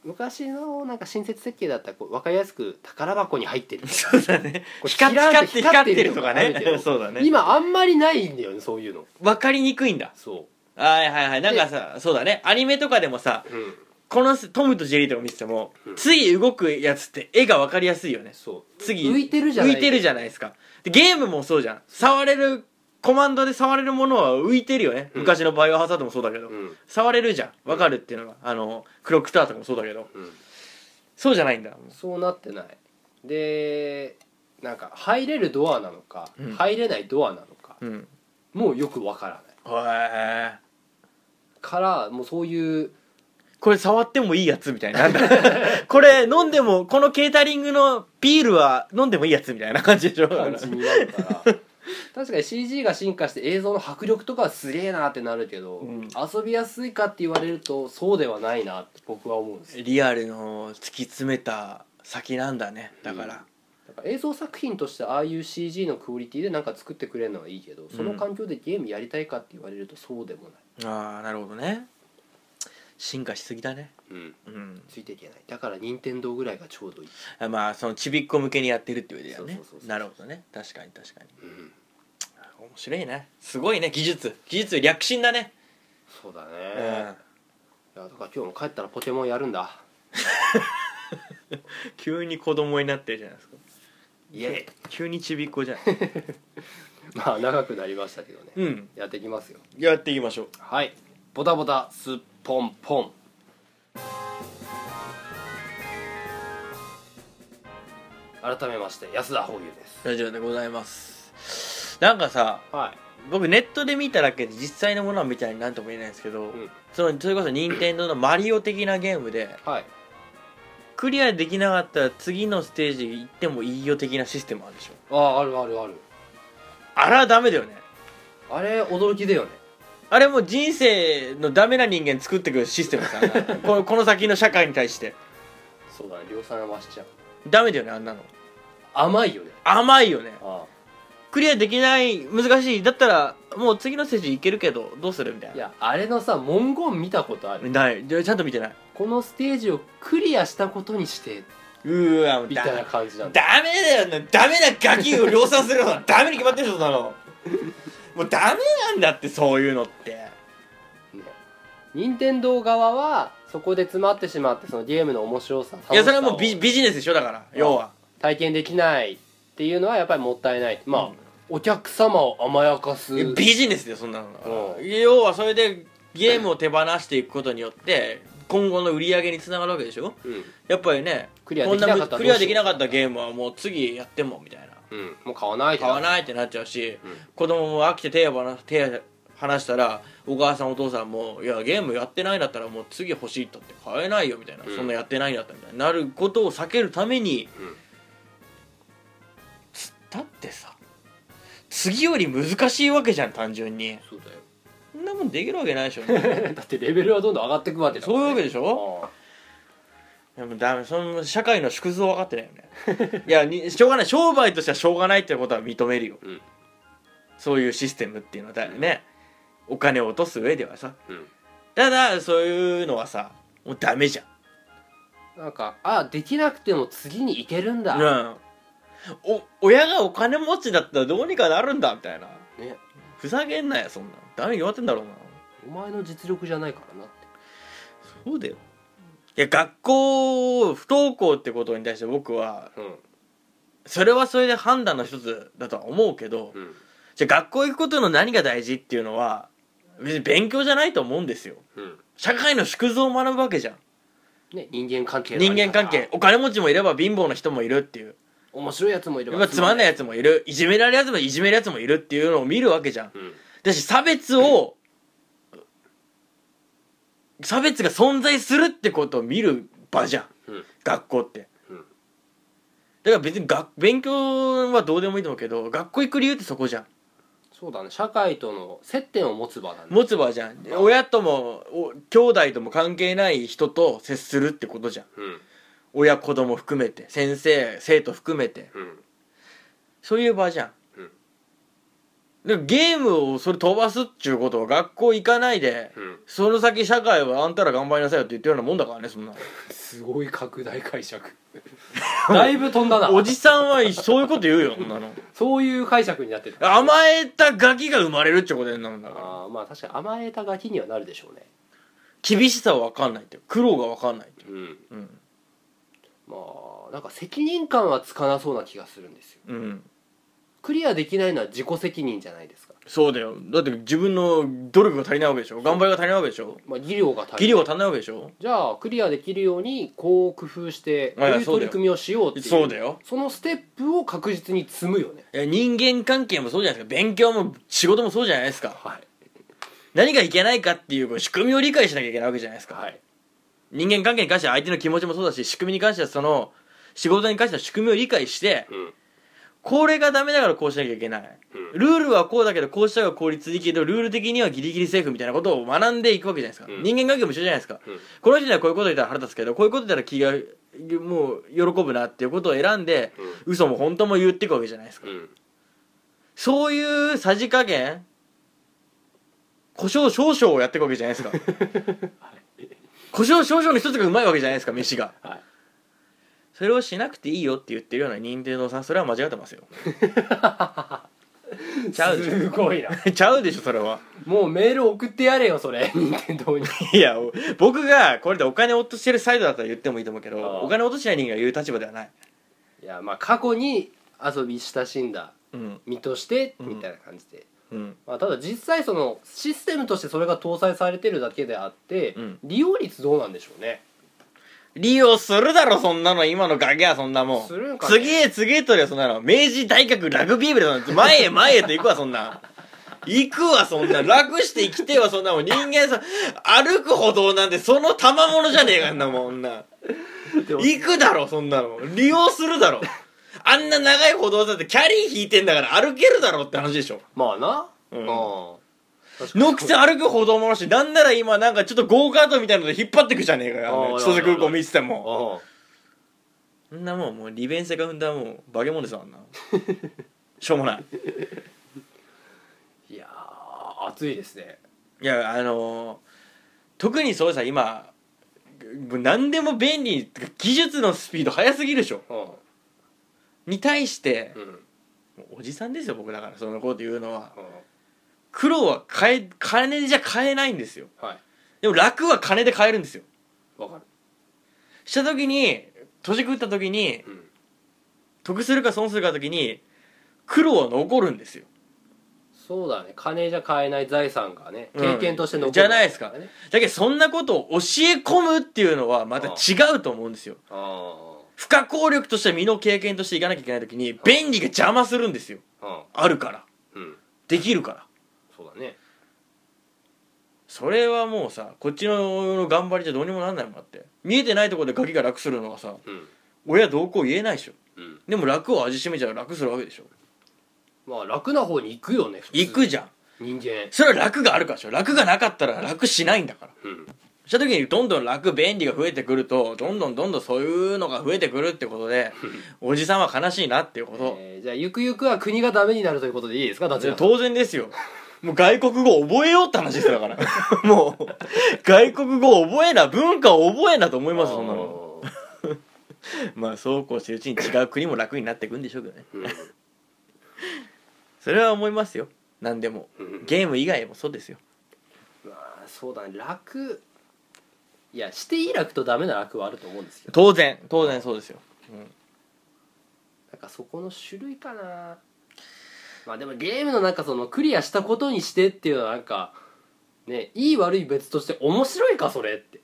Speaker 4: 昔のなんか親切設計だったらこう分かりやすく宝箱に入 ってる
Speaker 2: そうだね
Speaker 4: こう
Speaker 2: 光
Speaker 4: キ
Speaker 2: っ
Speaker 4: ラー
Speaker 2: 光って光ってるとか
Speaker 4: あるけ
Speaker 2: ね
Speaker 4: ど
Speaker 2: そうだね
Speaker 4: 今あんまりないんだよねそういうの
Speaker 2: 分かりにくいんだ
Speaker 4: そ
Speaker 2: はいはいはいなんかさそうだねアニメとかでもさ
Speaker 4: う、うん、
Speaker 2: このトムとジェリーとか見てても、
Speaker 4: うん
Speaker 2: 次動くやつって絵が分かりやすいよね
Speaker 4: そう
Speaker 2: 次
Speaker 4: 浮いてるじゃない
Speaker 2: 浮いてるじゃないですかでゲームもそうじゃん触れるコマンドで触れるものは浮いてるよね、
Speaker 4: うん
Speaker 2: 昔のバイオハザードもそうだけど、
Speaker 4: うん
Speaker 2: 触れるじゃん分かるっていうのが、あのクロックタワーとかもそうだけど
Speaker 4: うん
Speaker 2: そうじゃないんだ
Speaker 4: そうなってないでなんか入れるドアなのか、
Speaker 2: うん
Speaker 4: 入れないドアなのか
Speaker 2: うん
Speaker 4: もうよく分からない
Speaker 2: へえ
Speaker 4: からもうそういう
Speaker 2: これ触ってもいいやつみたいななんだこれ飲んでもこのケータリングのビールは飲んでもいいやつみたいな感じでしょ
Speaker 4: 感じになるから 確かに CG が進化して映像の迫力とかはすげえなってなるけど、
Speaker 2: うん
Speaker 4: 遊びやすいかって言われるとそうではないなって僕は思うんですよ
Speaker 2: リアルの突き詰めた先なんだねだから、
Speaker 4: だから映像作品としてああいう CG のクオリティでなんか作ってくれるのはいいけどその環境でゲームやりたいかって言われるとそうでもない、
Speaker 2: ああなるほどね進化しすぎだね
Speaker 4: うん
Speaker 2: うん
Speaker 4: ついていけないだから任天堂ぐらいがちょうどいい、
Speaker 2: あまあそのちびっこ向けにやってるっていう意味だよね
Speaker 4: そうそうそうそう
Speaker 2: なるほどね確かに確かに
Speaker 4: うん、
Speaker 2: 面白いねすごいね技術技術略進だね
Speaker 4: そうだね、
Speaker 2: うん
Speaker 4: いやだから今日も帰ったらポケモンやるんだ
Speaker 2: 急に子供になってるじゃないですか
Speaker 4: イエイ
Speaker 2: 急にちびっこじゃない
Speaker 4: まあ長くなりましたけどね、
Speaker 2: うん
Speaker 4: やっていきますよ
Speaker 2: やっていきましょう
Speaker 4: はいボタボタすっぽんぽん改めまして安田宝友です
Speaker 2: 大丈夫でございますなんかさ
Speaker 4: はい
Speaker 2: 僕ネットで見ただけで実際のものは見たいなんとも言えないんですけど、
Speaker 4: ん
Speaker 2: そのそれこそ任天堂のマリオ的なゲームで
Speaker 4: はい
Speaker 2: クリアできなかったら次のステージ行ってもいいよ的なシステムあるでしょ
Speaker 4: あああるあるある
Speaker 2: あらダメだよね
Speaker 4: あれ驚きだよね
Speaker 2: あれもう人生のダメな人間作ってくるシステムさこのこの先の社会に対して
Speaker 4: そうだね量産はしちゃう
Speaker 2: ダメだよねあんなの
Speaker 4: 甘いよね
Speaker 2: 甘いよね
Speaker 4: あ
Speaker 2: クリアできない難しいだったらもう次のステージ行けるけどどうするみたい
Speaker 4: い
Speaker 2: な
Speaker 4: やあれのさ文言見たことある
Speaker 2: ないでちゃんと見てない
Speaker 4: このステージをクリアしたことにして
Speaker 2: うーわ
Speaker 4: みたいな感じなんだ
Speaker 5: ダメだよねダメなガキを量産するのはダメに決まってるでしょそんなの
Speaker 2: もうダメなんだってそういうのって
Speaker 4: ね任天堂側はそこで詰まってしまってそのゲームの面白さ
Speaker 2: いやそれはもう
Speaker 4: 楽しさを
Speaker 2: ビビジネスでしょだから要は
Speaker 4: 体験できないっていうのはやっぱりもったいないまあ、お客様を甘やかす
Speaker 2: ビジネスでそんなの
Speaker 4: うん
Speaker 2: 要はそれでゲームを手放していくことによって今後の売り上げにつながるわけでしょ
Speaker 4: うん
Speaker 2: やっぱりね
Speaker 4: クリア
Speaker 2: こん
Speaker 4: できなかったらど
Speaker 2: む
Speaker 4: うしよう
Speaker 2: クリアできなかったゲームはもう次やってもみたいな
Speaker 4: うん、もう買わないって
Speaker 2: 買わ
Speaker 4: い
Speaker 2: ないってなっちゃうし、
Speaker 4: うん
Speaker 2: 子供も飽きて手を離手離したらお母さんお父さんも「いやゲームやってないんだったらもう次欲しいったって買えないよ」みたいな、
Speaker 4: うん
Speaker 2: そんなやってないんだったらみたいななることを避けるために、
Speaker 4: うん
Speaker 2: つだってさ次より難しいわけじゃん単純に
Speaker 4: そうだ
Speaker 2: そんなもんできるわ けないでしょ、ね、
Speaker 4: よだってレベルはどんどん上がっていくわけだ
Speaker 2: そういうわけ
Speaker 4: で
Speaker 2: でしょでもダメその社会の縮図を分かってないよねいやにしょうがない商売としてはしょうがないってことは認めるよ、
Speaker 4: うん
Speaker 2: そういうシステムっていうのはだよね、お金を落とす上ではさ
Speaker 4: うん
Speaker 2: ただそういうのはさもうダメじ
Speaker 4: なんかあできなくても次に行けるんだ、
Speaker 2: ゃん、うん、お親がお金持ちだったらどうにかなるんだみたいな
Speaker 4: ね、
Speaker 2: ふざけんなよそんなのダメに決まってんだろうな
Speaker 4: お前の実力じゃないからなって
Speaker 2: そうだよいや学校不登校ってことに対して僕は
Speaker 4: うん
Speaker 2: それはそれで判断の一つだとは思うけど、
Speaker 4: うん
Speaker 2: じゃあ学校行くことの何が大事っていうのは別に勉強じゃないと思うんですよ
Speaker 4: うん
Speaker 2: 社会の縮図を学ぶわけじゃん
Speaker 4: ね人間関係のあり
Speaker 2: 人
Speaker 4: 方
Speaker 2: 間関係お金持ちもいれば貧乏な人もいるっていう
Speaker 4: 面白いやつもいれ
Speaker 2: やっ
Speaker 4: ば
Speaker 2: ぱつまんないやつもいるいじめられるやつもいじめるやつもいるっていうのを見るわけじゃん
Speaker 4: うん
Speaker 2: だし差別を差別が存在するってことを見る場じゃ
Speaker 4: う
Speaker 2: ん
Speaker 4: ん
Speaker 2: 学校って
Speaker 4: うん
Speaker 2: だから別に学勉強はどうでもいいと思うけど学校行く理由ってそこじゃん
Speaker 4: そうだね社会との接点を持つ場なんだ
Speaker 2: 持つ場じゃん親ともお兄弟とも関係ない人と接するってことじゃん
Speaker 4: うん
Speaker 2: 親子供含めて先生生徒含めて
Speaker 4: うん
Speaker 2: そういう場じゃん、でゲームをそれ飛ばすっちゅうことは学校行かないで、
Speaker 4: うん
Speaker 2: その先社会はあんたら頑張りなさいよって言ってるようなもんだからねそんな
Speaker 4: すごい拡大解 釈だいぶ飛んだな
Speaker 2: おじさんはそういうこと言うよそんなの
Speaker 4: そういう解釈になってた
Speaker 2: 甘えたガキが生まれるっちゅうことになるんだから
Speaker 4: あーまあ確かに甘えたガキにはなるでしょうね
Speaker 2: 厳しさは分かんないって苦労が分かんないって
Speaker 4: うん
Speaker 2: うん
Speaker 4: まあなんか責任感はつかなそうな気がするんですよ
Speaker 2: うん
Speaker 4: クリアできないのは自己責任じゃないですか、
Speaker 2: そうだよだって自分の努力が足りないわけでしょ頑張りが足りないわけでしょ
Speaker 4: まあ、技量が足り
Speaker 2: 技量が足りないわけでしょ
Speaker 4: じゃあクリアできるようにこう工夫して
Speaker 2: い
Speaker 4: こう
Speaker 2: や
Speaker 4: いう
Speaker 2: そう
Speaker 4: 取
Speaker 2: だよ
Speaker 4: り組みをしようっていう
Speaker 2: そうだよ
Speaker 4: そのステップを確実に積むよね
Speaker 2: いや人間関係もそうじゃないですか勉強も仕事もそうじゃないですか
Speaker 4: はい
Speaker 2: 何がいけないかっていうこう仕組みを理解しなきゃいけないわけじゃないですか、
Speaker 4: はい
Speaker 2: 人間関係に関しては相手の気持ちもそうだし仕組みに関してはその仕事に関しては仕組みを理解して
Speaker 4: うん
Speaker 2: これがダメだからこうしなきゃいけないルールはこうだけどこうした方が効率的いいけどルール的にはギリギリセーフみたいなことを学んでいくわけじゃないですか、
Speaker 4: うん
Speaker 2: 人間関係も一緒じゃないですか、
Speaker 4: うん
Speaker 2: この人にはこういうこと言ったら腹立つけどこういうこと言ったら気がもう喜ぶなっていうことを選んで、嘘も本当も言っていくわけじゃないですか
Speaker 4: うん
Speaker 2: そういうさじ加減胡椒少々をやっていくわけじゃな いですか胡椒少々の一つがうまいわけじゃないですか飯が、
Speaker 4: はい
Speaker 2: それをしなくていいよって言ってるような任天堂さんそれは間違ってますよちゃうです
Speaker 4: ごいな
Speaker 2: ちゃうでしょそれは
Speaker 4: もうメール送ってやれよそれ 任天堂に
Speaker 2: いやお僕がこれでお金落としてるサイドだったら言ってもいいと思うけど
Speaker 4: ああ
Speaker 2: お金落としてない人間が言う立場ではない
Speaker 4: いやまあ過去に遊び親しんだ
Speaker 2: うん
Speaker 4: 身として
Speaker 2: うん
Speaker 4: みたいな感じで、
Speaker 2: うん
Speaker 4: まあ、ただ実際そのシステムとしてそれが搭載されてるだけであって、
Speaker 2: うん
Speaker 4: 利用率どうなんでしょうね
Speaker 2: 利用するだろそんなの今のガキはそんなもん
Speaker 4: するんかね
Speaker 2: 次へ次へとりゃそんなの明治大学ラグビー部でそんな前へ前へと行くわそんな行くわそんな楽して生きてはそんなもん人間さ歩く歩道なんてその賜物じゃねえかあんなもん女
Speaker 4: でも
Speaker 2: 行くだろそんなの利用するだろあんな長い歩道だってキャリー引いてんだから歩けるだろって話でしょ
Speaker 4: まあな
Speaker 2: うん
Speaker 4: うん
Speaker 2: のくせ歩く歩道もあるしなんなら今なんかちょっとゴーカートみたいなので引っ張ってくじゃねえか
Speaker 4: あ
Speaker 2: よ
Speaker 4: あ
Speaker 2: 千歳空港見てても
Speaker 4: うん
Speaker 2: そんなもんもう利便性が生んだもう化け物ですわあん なしょうもない
Speaker 4: いやー暑いですね
Speaker 2: いやあのー特にそうさ今もう何でも便利ってか技術のスピード速すぎるでしょ
Speaker 4: うん
Speaker 2: に対して
Speaker 4: う、ん
Speaker 2: もうおじさんですよ僕だからそのこと言うのは苦労は買え金じゃ買えないんですよ
Speaker 4: はい
Speaker 2: でも楽は金で買えるんですよ
Speaker 4: わかる
Speaker 2: した時に年食った時に
Speaker 4: うん
Speaker 2: 得するか損するかの時に苦労は残るんですよ
Speaker 4: そうだね金じゃ買えない財産がね
Speaker 2: うん
Speaker 4: 経験として残る、
Speaker 2: じゃないですか
Speaker 4: ね
Speaker 2: だけどそんなことを教え込むっていうのはまた違うと思うんですよ
Speaker 4: あ
Speaker 2: 不可抗力として身の経験としていかなきゃいけない時に便利が邪魔するんですよ
Speaker 4: あ
Speaker 2: あるから
Speaker 4: うんうん
Speaker 2: できるから
Speaker 4: そうだね
Speaker 2: それはもうさこっちの頑張りじゃどうにもなんないもんだって見えてないところでガキが楽するのはさ
Speaker 4: うん
Speaker 2: 親どうこう言えないでしょ
Speaker 4: うん
Speaker 2: でも楽を味しめちゃう楽するわけでしょ
Speaker 4: まあ楽な方に行くよね普通
Speaker 2: 行くじゃん
Speaker 4: 人間
Speaker 2: それは楽があるからでしょ楽がなかったら楽しないんだから
Speaker 4: うん
Speaker 2: した時にどんどん楽便利が増えてくるとどんどんどんどんそういうのが増えてくるってことでおじさんは悲しいなっていうこと、
Speaker 4: えーじゃあゆくゆくは国がダメになるということでいいですか達也さん
Speaker 2: 当然ですよもう外国語覚えようって話です よだからもう外国語覚えな文化を覚えなと思いますそんなの
Speaker 4: あ
Speaker 2: まあそうこうしてるうちに違う国も楽になっていくんでしょうけどね
Speaker 4: ーうん
Speaker 2: それは思いますよ何でも
Speaker 4: うん
Speaker 2: ゲーム以外もそうですよ
Speaker 4: まあそうだね楽いやしていい楽とダメな楽はあると思うんですよ
Speaker 2: 当然当然そうですよ
Speaker 4: なんかそこの種類かなまあでもゲームのなんかそのクリアしたことにしてっていうのはなんかねいい悪い別として面白いかそれって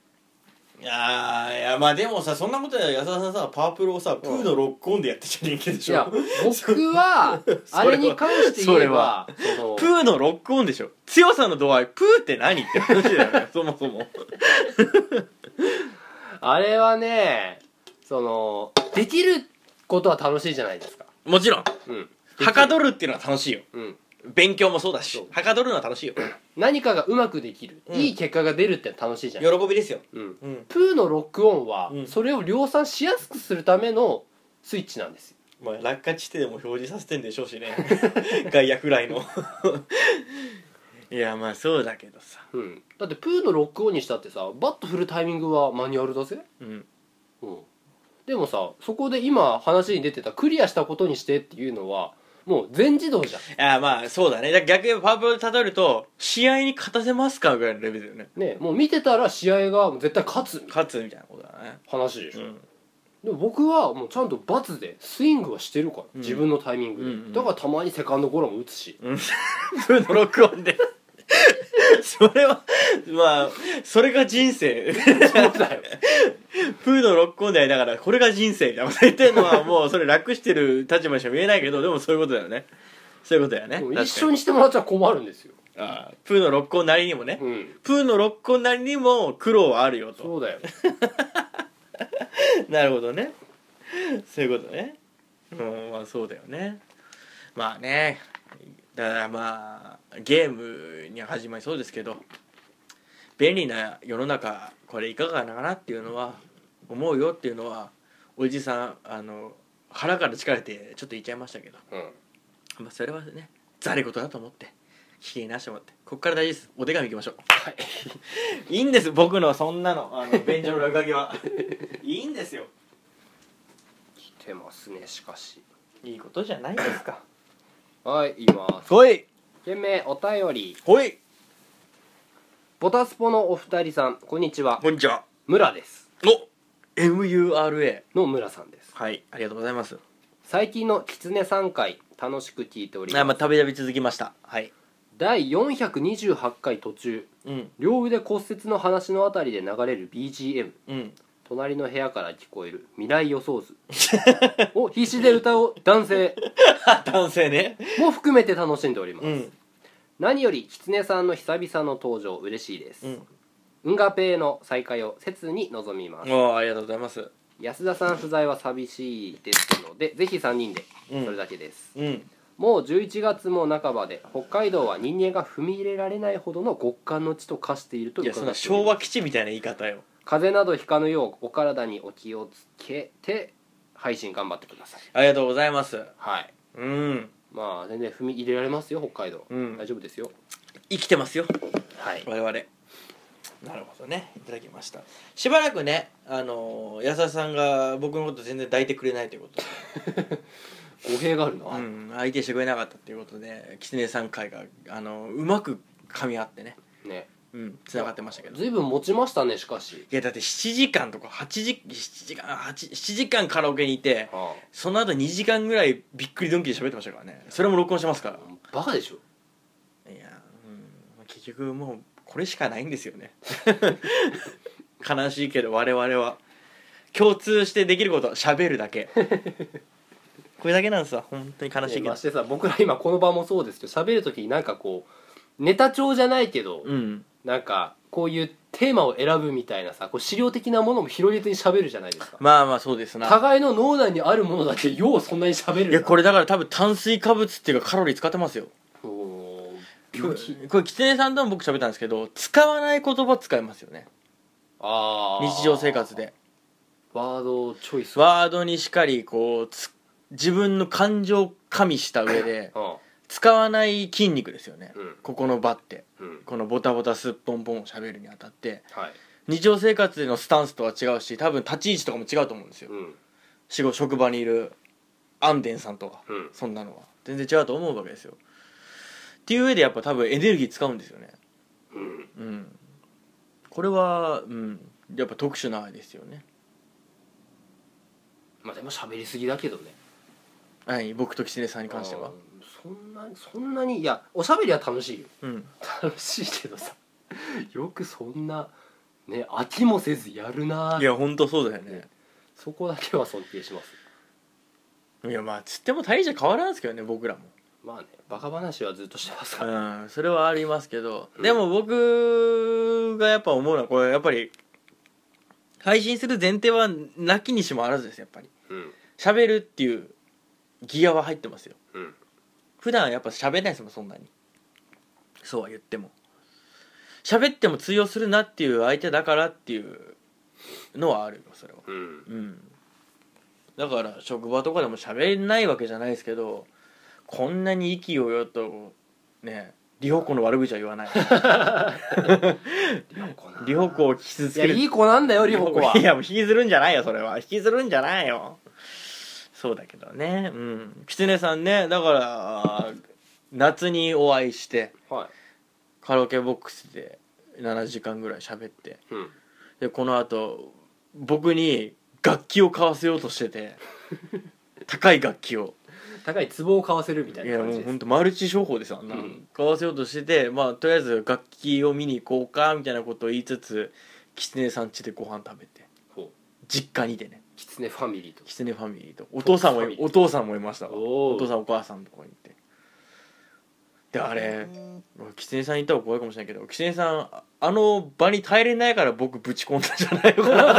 Speaker 5: いやーいやまあでもさそんなことや安田さんさパープルをさプーのロックオンでやってちゃ人間で
Speaker 4: い
Speaker 5: し
Speaker 4: や
Speaker 5: ょ
Speaker 4: 僕はあれに関して言えばその
Speaker 2: プーのロックオンでしょ強さの度合いプーって何って話だ よねそもそも
Speaker 4: あれはねそのできることは楽しいじゃないですか
Speaker 2: もちろん
Speaker 4: うん
Speaker 2: はかどるっていうのは楽しいよ
Speaker 4: うん
Speaker 2: 勉強もそうだしはかどるのは楽しいよ
Speaker 4: 何かがうまくできる、いい結果が出るって楽しいじゃな い
Speaker 5: 喜びですよ
Speaker 4: うん
Speaker 5: うん
Speaker 4: プーのロックオンは
Speaker 5: うん
Speaker 4: それを量産しやすくするためのスイッチなんですよ
Speaker 5: まあ落下地点でも表示させてんでしょうしね 外野フライの
Speaker 2: いやまあそうだけどさ
Speaker 4: うん、だってプーのロックオンにしたってさバット振るタイミングはマニュアルだぜ、
Speaker 2: うん
Speaker 4: うん、でもさそこで今話に出てたクリアしたことにしてっていうのはもう全自動じゃん
Speaker 2: あまあそうだねだから逆にパープルで例えると試合に勝たせますかぐらいのレベルだよね
Speaker 4: ねもう見てたら試合が絶対勝つみたい
Speaker 2: 勝つみたいなことだ ね
Speaker 4: な話でし
Speaker 2: う
Speaker 4: ょ、
Speaker 2: ん
Speaker 4: でも僕はもうちゃんと罰でスイングはしてるから、
Speaker 2: うん
Speaker 4: 自分のタイミングで、
Speaker 2: うんうん
Speaker 4: だからたまにセカンドゴロも打つ し
Speaker 2: プーのロックオンで それはまあそれが人生
Speaker 4: そうだよ
Speaker 2: プーのロックオンでありながらこれが人生みたいなこと言ってんのはもうそれ楽してる立場にしか見えないけどでもそういうことだよねそういうことだよね
Speaker 4: もう
Speaker 2: 確かに
Speaker 4: 一緒にしてもらっちゃ困るんですよ、
Speaker 2: ああプーのロックオンなりにもね
Speaker 4: うん、
Speaker 2: プーのロックオンなりにも苦労はあるよと
Speaker 4: そうだよ
Speaker 2: なるほどねそういうことねうんまあそうだよねまあねだからまあゲームに始まりそうですけど便利な世の中これいかがかなっていうのは思うよっていうのはおじさんあの腹から力れてちょっと言っちゃいましたけど、
Speaker 4: うん
Speaker 2: まあ、それはねざれ事だと思って危険なしてもらってここから大事ですお手紙いきましょういいんです僕のそんなのあの便所の落書きはいいんですよ
Speaker 4: 来てますねしかし
Speaker 2: いいことじゃないですか。
Speaker 4: はい言います
Speaker 2: ほい
Speaker 4: 件名お便り
Speaker 2: ほい
Speaker 4: ボタスポのお二人さんこんにちは
Speaker 2: こんにちは。
Speaker 4: 村です
Speaker 2: お !MURA。
Speaker 4: の村さんです
Speaker 2: はい、ありがとうございます。
Speaker 4: 最近の狐さん回楽しく聞いており
Speaker 2: あ、
Speaker 4: ま
Speaker 2: ますあ、たびたび続きました。はい。
Speaker 4: 第428回途中
Speaker 2: うん、
Speaker 4: 両腕骨折の話のあたりで流れる BGM
Speaker 2: うん。
Speaker 4: 隣の部屋から聞こえる未来予想図 を必死で歌う男性
Speaker 2: 男性ね。
Speaker 4: も含めて楽しんでおります、
Speaker 2: うん。
Speaker 4: 何より狐さんの久々の登場嬉しいです、
Speaker 2: うん
Speaker 4: 運河ペイの再会を切に望みます
Speaker 2: おーありがとうございます。
Speaker 4: 安田さん不在は寂しいですのでぜひ3人で
Speaker 2: うん
Speaker 4: それだけです、
Speaker 2: うん。
Speaker 4: もう11月も半ばで北海道は人間が踏み入れられないほどの極寒の地と化していると
Speaker 2: いや、
Speaker 4: 伺
Speaker 2: そ
Speaker 4: ってお
Speaker 2: んな
Speaker 4: ります
Speaker 2: 昭和基地みたいな言い方よ。
Speaker 4: 風邪などひかぬようお体にお気をつけて配信頑張ってください
Speaker 2: ありがとうございます。
Speaker 4: はい
Speaker 2: うん。
Speaker 4: まあ全然踏み入れられますよ北海道、
Speaker 2: うん
Speaker 4: 大丈夫ですよ
Speaker 2: 生きてますよ。
Speaker 4: はい
Speaker 2: 我々。なるほどね。いただきました。しばらくね、あのー、安田さんが僕のこと全然抱いてくれないということで
Speaker 4: 語弊があるな、
Speaker 2: うん、相手してくれなかったっていうことで狐さん会があのうまく噛み合ってね
Speaker 4: ね
Speaker 2: うん繋がってましたけど
Speaker 4: 随分持ちましたねしかし
Speaker 2: いやだって7時間とか8時7時間8 7時間カラオケにいて
Speaker 4: あ
Speaker 2: その後2時間ぐらいびっくりドンキーで喋ってましたからねそれも録音してますか
Speaker 4: あバカでしょ
Speaker 2: らいや、うん、結局もうこれしかないんですよね 悲しいけど我々は共通してできることは喋るだけこれだけなんですわ本当に悲し
Speaker 4: ね
Speaker 2: いけど
Speaker 4: ましてさ僕ら今この場もそうですけど喋る時になんかこうネタ帳じゃないけど、
Speaker 2: うん
Speaker 4: なんかこういうテーマを選ぶみたいなさこう資料的なものも広げずに喋るじゃないですか
Speaker 2: まあまあそうですな
Speaker 4: 互いの脳内にあるものだけようそんなに喋る
Speaker 2: いやこ
Speaker 4: れ
Speaker 2: れだから多分炭水化物っていうかカロリー使ってますよ
Speaker 4: 病気
Speaker 2: これキツネさんとも僕喋ったんですけど使わない言葉使いますよね
Speaker 4: あー
Speaker 2: 日常生活で
Speaker 4: ワードチョイス
Speaker 2: ワードにしっかりこうつ自分の感情を加味した上で
Speaker 4: うん
Speaker 2: 使わない筋肉ですよね、
Speaker 4: うん
Speaker 2: ここの場って
Speaker 4: うん
Speaker 2: このボタボタすっぽんぽんを喋るにあたって
Speaker 4: はい
Speaker 2: 日常生活でのスタンスとは違うし多分立ち位置とかも違うと思うんですよ
Speaker 4: うん
Speaker 2: 仕事職場にいるアンデンさんとか
Speaker 4: うん
Speaker 2: そんなのは全然違うと思うわけですよっていう上でやっぱ多分エネルギー使うんですよね
Speaker 4: うん
Speaker 2: うんこれはうんやっぱ特殊な愛ですよね
Speaker 4: まあでも喋りすぎだけどね
Speaker 2: はい僕とキツネさんに関しては
Speaker 4: あーそんなにそんなにいやおしゃべりは楽しいよ
Speaker 2: うん
Speaker 4: 楽しいけど さよくそんなね飽きもせずやるない
Speaker 2: や本当そうだよね
Speaker 4: そこだけは尊敬します
Speaker 2: いやまあつっても大した変わらんすけどね僕らも
Speaker 4: まあねバカ話はずっとしてますから、
Speaker 2: うんそれはありますけど、
Speaker 4: うん
Speaker 2: でも僕がやっぱ思うのはこれやっぱり配信する前提はなきにしもあらずですやっぱり
Speaker 4: うん
Speaker 2: 喋るっていうギアは入ってますよ
Speaker 4: うん
Speaker 2: 普段やっぱ喋んないですもんそんなにそうは言っても喋っても通用するなっていう相手だからっていうのはあるよそれは
Speaker 4: うん
Speaker 2: うんだから職場とかでも喋れないわけじゃないですけどこんなに息をよとねリホコの悪口は 言わないリホコを傷つ
Speaker 4: いや
Speaker 2: ける
Speaker 4: いい子なんだよリホコはい
Speaker 2: やもう引きずるんじゃないよそれは引きずるんじゃないよそうだけどねうんキツネさんねだから夏にお会いして
Speaker 4: はい
Speaker 2: カラオケボックスで7時間ぐらい喋って
Speaker 4: うん
Speaker 2: でこのあと僕に楽器を買わせようとし てて高い楽器を
Speaker 4: 高い壺を買わせるみたい
Speaker 2: い
Speaker 4: な
Speaker 2: やも
Speaker 4: 感じ
Speaker 2: う
Speaker 4: です
Speaker 2: ほんとマルチ商法でさ、あんな
Speaker 4: うん
Speaker 2: 買わせようとしててまあとりあえず楽器を見に行こうかみたいなことを言いつつ狐さん家でご飯食べて
Speaker 4: ほう
Speaker 2: 実家にてね
Speaker 4: キツネファミリーと
Speaker 2: 狐ファミリーとお父さんも
Speaker 4: ファミリー
Speaker 2: お父さんもいましたわ
Speaker 4: おー
Speaker 2: お父さんお母さんのとこに行ってであれ狐さんいたら怖いかもしれないけど狐さんああの場に耐えれないから僕ぶち込んだんじゃないのか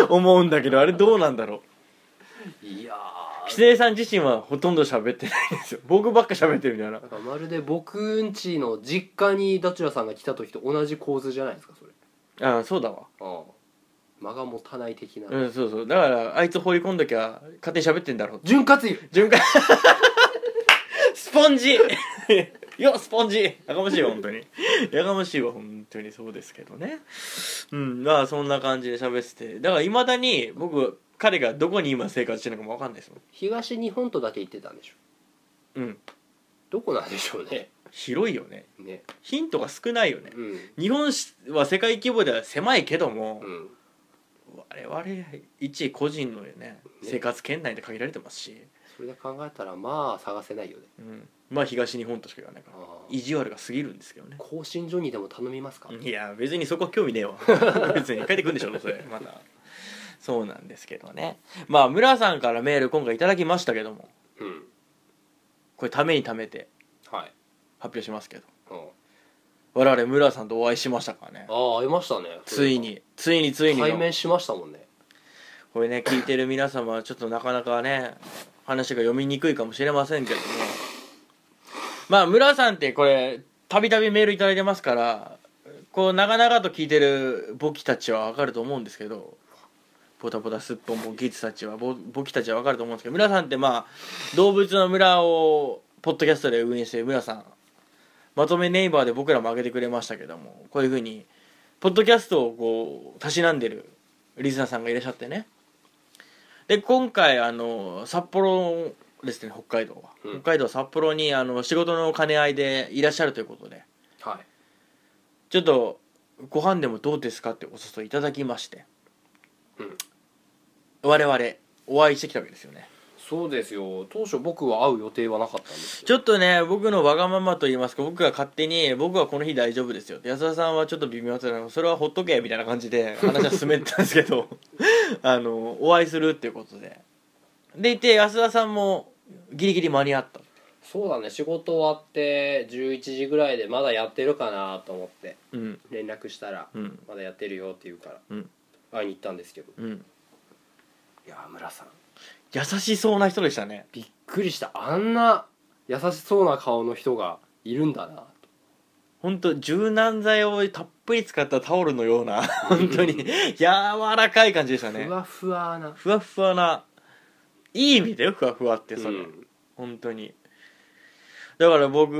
Speaker 2: なと思うんだけどあれどうなんだろ
Speaker 4: いや
Speaker 2: う
Speaker 4: ー
Speaker 2: 狐さん自身はほとんど喋ってないんですよ僕ばっか喋ってるみたいな
Speaker 4: なんかまるで僕んちの実家にダチュラさんが来た時と同じ構図じゃないですかそれ
Speaker 2: ああそうだわ
Speaker 4: ああ間が持たない的な、
Speaker 2: うんそうそうだからあいつ放り込んどきゃ勝手に喋ってんだろう
Speaker 4: 潤滑油
Speaker 2: 循環 スポン ジよスポンジやかましいわ本当にやかましいわ本当にそうですけどねうんまあそんな感じで喋っててだからいまだに僕彼がどこに今生活してるのかも分かんないですも
Speaker 4: 東日本とだけ言ってたんでしょ
Speaker 2: んうん
Speaker 4: どこなんでしょうね
Speaker 2: 広いよね
Speaker 4: ね
Speaker 2: ヒントが少ないよね
Speaker 4: うん
Speaker 2: 日本は世界規模では狭いけども、
Speaker 4: うん
Speaker 2: 我々一個人のね生活圏内で限られてますし、
Speaker 4: それで考えたらまあ探せないよね
Speaker 2: うん、まあ東日本としか言わないから
Speaker 4: ああ
Speaker 2: 意地悪が過ぎるんですけどね
Speaker 4: 更新所にでも頼みますか、
Speaker 2: いや別にそこは興味ね えわ別に帰ってくんでしょそれまだそうなんですけどねまあ村さんからメール今回いただきましたけども
Speaker 4: うん
Speaker 2: これためにためて
Speaker 4: はい、
Speaker 2: 発表しますけど
Speaker 4: うん、
Speaker 2: 我々村さんとお会いしましたからね
Speaker 4: ああ会いましたね
Speaker 2: ついについについにの
Speaker 4: 対面しましたもんね
Speaker 2: これね聞いてる皆様はちょっとなかなかね話が読みにくいかもしれませんけどもまあ村さんってこれたびたびメールいただいてますからこう長々と聞いてるボキたちはわかると思うんですけどポタポタすっぽんボキツたちはボボキたちはわかると思うんですけど村さんってまあ動物の村をポッドキャストで運営している村さんまとめネイバーで僕らも上げてくれましたけどもこういうふうにポッドキャストをこうたしなんでるリスナーさんがいらっしゃってねで今回あの札幌ですね北海道は、
Speaker 4: うん
Speaker 2: 北海道札幌にあの仕事の兼ね合いでいらっしゃるということで
Speaker 4: はい
Speaker 2: ちょっとご飯でもどうですかってお誘いいただきまして、
Speaker 4: うん
Speaker 2: 我々お会いしてきたわけですよね
Speaker 4: そうですよ当初僕は会う予定はなかったんですけ
Speaker 2: ちょっとね僕のわがままと言いますか僕が勝手に僕はこの日大丈夫ですよって安田さんはちょっと微妙だったからそれはほっとけみたいな感じで話は進めてたんですけど あのお会いするっていうことででいて安田さんもギリギリ間に合った
Speaker 4: どそうだね仕事終わって11時ぐらいでまだやってるかなと思って
Speaker 2: うん
Speaker 4: 連絡したら
Speaker 2: うん
Speaker 4: まだやってるよって言うから、
Speaker 2: うん
Speaker 4: 会いに行ったんですけど
Speaker 2: うん
Speaker 4: いやー村さん
Speaker 2: 優しそうな人でしたね
Speaker 4: びっくりしたあんな優しそうな顔の人がいるんだな
Speaker 2: 本当柔軟剤をたっぷり使ったタオルのような本当 に柔らかい感じでしたね
Speaker 4: ふわふわな、
Speaker 2: ふわふわないい意味だよふわふわってそれ、
Speaker 4: うん
Speaker 2: 本当にだから僕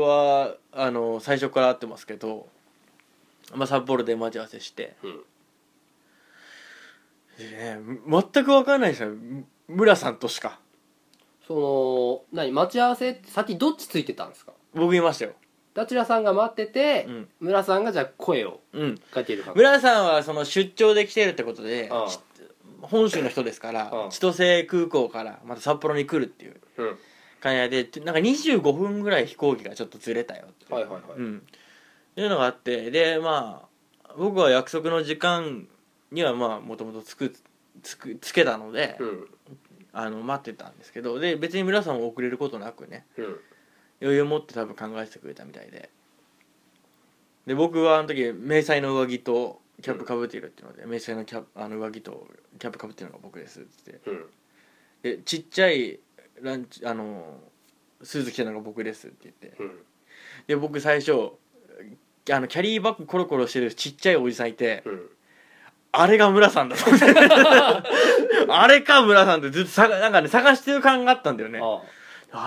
Speaker 2: はあの最初から会ってますけど、まあ、札幌で待ち合わせして、
Speaker 4: うん
Speaker 2: でね全く分かんないですよ村さんとしか
Speaker 4: その何待ち合わせ先どっちついてたんですか
Speaker 2: 僕いましたよ
Speaker 4: ダチュラさんが待ってて、
Speaker 2: うん
Speaker 4: 村さんがじゃあ声を
Speaker 2: うん
Speaker 4: かける感じ
Speaker 2: 村さんはその出張で来てるってことで
Speaker 4: ああ
Speaker 2: ち本州の人ですから
Speaker 4: ああ
Speaker 2: 千歳空港からまた札幌に来るっていう
Speaker 4: うん
Speaker 2: 感じでなんか25分ぐらい飛行機がちょっとずれたよって
Speaker 4: はいはいはい、
Speaker 2: うん、っていうのがあってでまあ僕は約束の時間にはまあもともとつくつくつけたので、
Speaker 4: うん
Speaker 2: あの待ってたんですけどで別に皆さんも遅れることなくね
Speaker 4: うん
Speaker 2: 余裕を持って多分考えてくれたみたいでで僕はあの時迷彩の上着とキャップかぶっているっていうので、迷彩のキャップあの上着とキャップかぶってるのが僕ですっつって
Speaker 4: うん
Speaker 2: でちっちゃいランチあのスーツ着てるのが僕ですって言って
Speaker 4: うん
Speaker 2: で僕最初あのキャリーバッグコロコロしてるちっちゃいおじさんいて、
Speaker 4: うん
Speaker 2: あれが村さん だと思ってあれか村さんってずっとさがなんかね探してる感があったんだよねあ
Speaker 4: あ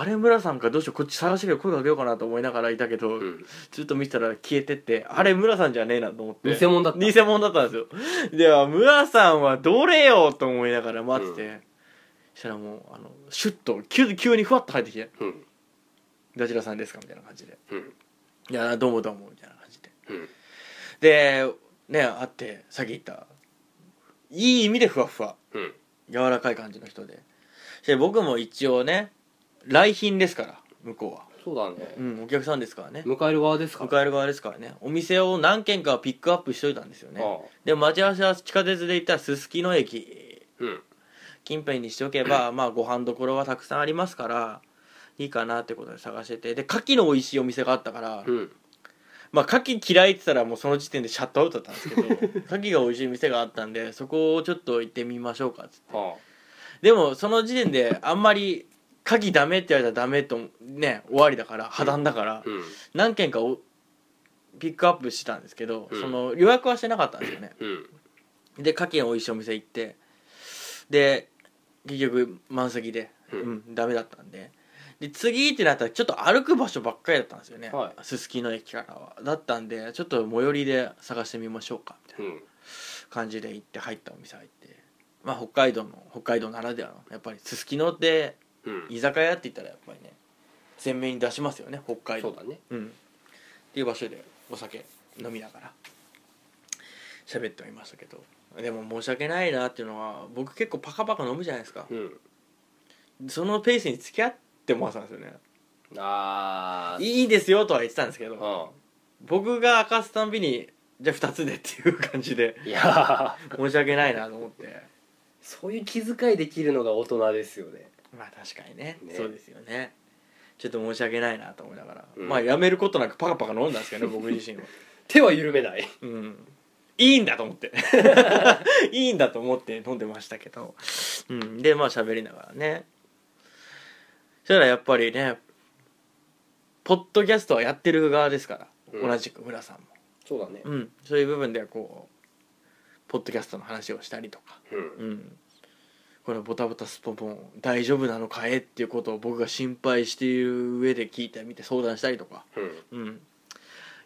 Speaker 4: あ
Speaker 2: れ村さんかどうしようこっち探してるから声かけようかなと思いながらいたけど、
Speaker 4: うん
Speaker 2: ずっと見てたら消えてってあれ村さんじゃねえなと思って
Speaker 4: 偽物 だった
Speaker 2: 偽物だったんですよでは村さんはどれよと思いながら待ってて、したらもうあのシュッと急急にふわっと入ってきて
Speaker 4: うん
Speaker 2: 「ダチラさんですか?」みたいな感じで
Speaker 4: うん
Speaker 2: 「いやどうもどうも」みたいな感じで
Speaker 4: うん
Speaker 2: でね会ってさっき言ったいい意味でふわふわ
Speaker 4: うん
Speaker 2: 柔らかい感じの人でで僕も一応ね来賓ですから向こうは
Speaker 4: そうだね
Speaker 2: うんお客さんですからね
Speaker 4: 迎える側ですから
Speaker 2: 迎える側ですからねお店を何軒かピックアップしといたんですよね
Speaker 4: ああ
Speaker 2: で待ち合わせは地下鉄で行ったらすすきの駅
Speaker 4: うん
Speaker 2: 近辺にしておけばまあご飯どころはたくさんありますからいいかなってことで探しててで牡蠣の美味しいお店があったから、
Speaker 4: うん
Speaker 2: まあ牡蠣嫌いって言ったらもうその時点でシャットアウトだったんですけど牡蠣が美味しい店があったんでそこをちょっと行ってみましょうかっつって
Speaker 4: ああ
Speaker 2: でもその時点であんまり牡蠣ダメって言われたらダメとね終わりだから破談だから、
Speaker 4: うん
Speaker 2: 何件かおピックアップしてたんですけど、
Speaker 4: うん
Speaker 2: その予約はしてなかったんですよね
Speaker 4: うん
Speaker 2: で牡蠣の美味しいお店行ってで結局満席でう
Speaker 4: うんん、
Speaker 2: ダメだったんでで次ってなったらちょっと歩く場所ばっかりだったんですよね
Speaker 4: は
Speaker 2: すすきの駅からはだったんでちょっと最寄りで探してみましょうかみたいな
Speaker 4: うん
Speaker 2: 感じで行って入ったお店入ってまあ北海道の北海道ならではのやっぱりすすきのって
Speaker 4: うん
Speaker 2: 居酒屋って言ったらやっぱりね前面に出しますよね北海
Speaker 4: そ
Speaker 2: 道
Speaker 4: うだね
Speaker 2: うん、っていう場所でお酒飲みながら喋ってはいましたけどでも申し訳ないなっていうのは僕結構パカパカ飲むじゃないですか
Speaker 4: うん
Speaker 2: そのペースに付き合ってもらってたんですよね
Speaker 4: ああ
Speaker 2: いいですよとは言ってたんですけど
Speaker 4: う
Speaker 2: 僕が明かすたんびにじゃあ2つでっていう感じで
Speaker 4: んいやー
Speaker 2: 申し訳ないなと思って
Speaker 4: そういう気遣いできるのが大人ですよね
Speaker 2: まあ確かにね
Speaker 4: ね
Speaker 2: そうですよねちょっと申し訳ないなと思いながら、
Speaker 4: うん
Speaker 2: まあやめることなくパカパカ飲んだんですけどね僕自身は
Speaker 4: 手は緩めない
Speaker 2: うん、いいんだと思って いいんだと思って飲んでましたけど、うん、でまあ喋りながらねそしたらやっぱりねポッドキャストはやってる側ですから、
Speaker 4: うん
Speaker 2: 同じく村さんも、
Speaker 4: そうだね
Speaker 2: うん、そういう部分ではこうポッドキャストの話をしたりとか、
Speaker 4: うん
Speaker 2: うん、この「ボタボタスポポン大丈夫なのかえ?」っていうことを僕が心配している上で聞いてみて相談したりとか
Speaker 4: うん
Speaker 2: うん、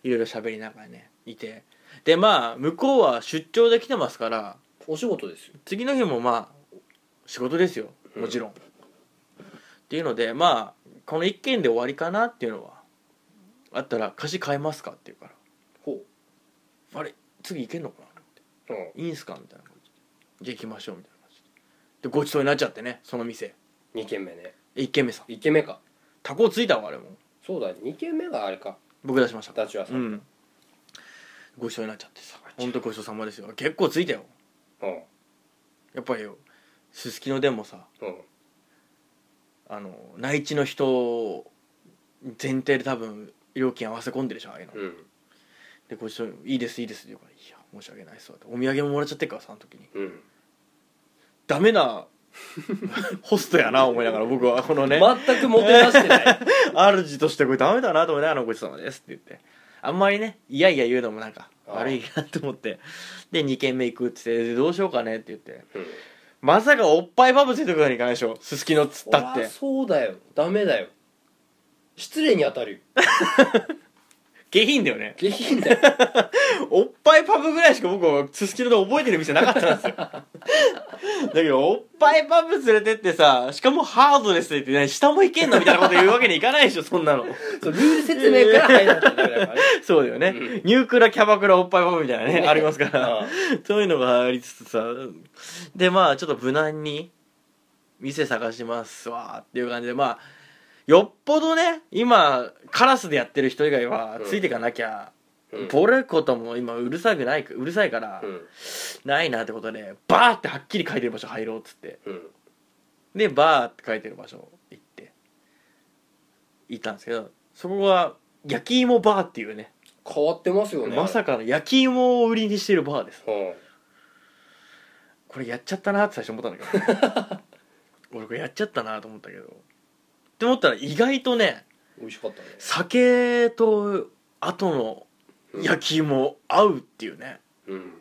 Speaker 2: いろいろ喋りながらねいてでまあ向こうは出張で来てますから
Speaker 4: お仕事ですよ
Speaker 2: 次の日もまあ仕事ですよもちろん、っていうのでまあこの一件で終わりかなっていうのはあったら「貸し買えますか?」って言うから
Speaker 4: ほ
Speaker 2: あれ次行けんのかなっていいんすかみたいな感じでじゃあ行きましょうみたいな感じででごちそうになっちゃってねその店
Speaker 4: 2軒目ね
Speaker 2: 1軒目さん
Speaker 4: 1軒目か
Speaker 2: タコついたわあれも
Speaker 4: そうだ2軒目があれか
Speaker 2: 僕出しました
Speaker 4: ダチュアさ、
Speaker 2: うんんご一緒になっちゃってさ本当ごちそうさまですよ結構ついたよ
Speaker 4: うん
Speaker 2: やっぱりよすすきのでもさ
Speaker 4: うん
Speaker 2: あの内地の人前提で多分料金合わせ込んでるじゃんああいうの、
Speaker 4: うん
Speaker 2: でごちそういいですいいですって言うからいや申し訳ないっすわってお土産ももらっちゃってっからさあの時に
Speaker 4: うん
Speaker 2: ダメ なホストやな思いながら僕はこのね
Speaker 4: 全くもてなしてない
Speaker 2: 主としてこれダメだなと思いながら「ごちそうさまです」って言ってあんまりねいやいや言うのもなんか
Speaker 4: ああ
Speaker 2: 悪いなと思ってで2軒目行くって言ってでどうしようかねって言って
Speaker 4: うん
Speaker 2: まさかおっぱいバブついてくわけにいかないでしょすすきのっつったっ
Speaker 4: そり
Speaker 2: て
Speaker 4: ゃそうだよダメだよ失礼に当たるよ
Speaker 2: 下品だよね
Speaker 4: 下品だよ
Speaker 2: おっぱいパブぐらいしか僕はすすきので覚えてる店なかったんですよだけどおっぱいパブ連れてってさしかもハードですって言って、ね、下も行けんのみたいなこと言うわけにいかないでしょそんなの
Speaker 4: そうルール説明から入らないとダメだから ね
Speaker 2: そうだよね、
Speaker 4: う
Speaker 2: ニュークラキャバクラおっぱいパブみたいなねありますから
Speaker 4: ああ
Speaker 2: そういうのがありつつさでまあちょっと無難に店探しますわっていう感じでまあよっぽどね今カラスでやってる人以外は
Speaker 4: うん
Speaker 2: ついてかなきゃ、
Speaker 4: うん
Speaker 2: ボレことも今うるさくないうるさいから、
Speaker 4: うん
Speaker 2: ないなってことでバーってはっきり書いてる場所入ろうっつって
Speaker 4: うん
Speaker 2: でバーって書いてる場所行って行ったんですけどそこは焼き芋バーっていうね
Speaker 4: 変わってますよね
Speaker 2: まさかの焼き芋を売りにしてるバーです
Speaker 4: うん
Speaker 2: これやっちゃったなって最初思ったんだけど俺これやっちゃったなと思ったけどって思ったら意外とね
Speaker 4: 美味しかったね
Speaker 2: 酒と後の焼き芋合うっていうね
Speaker 4: うん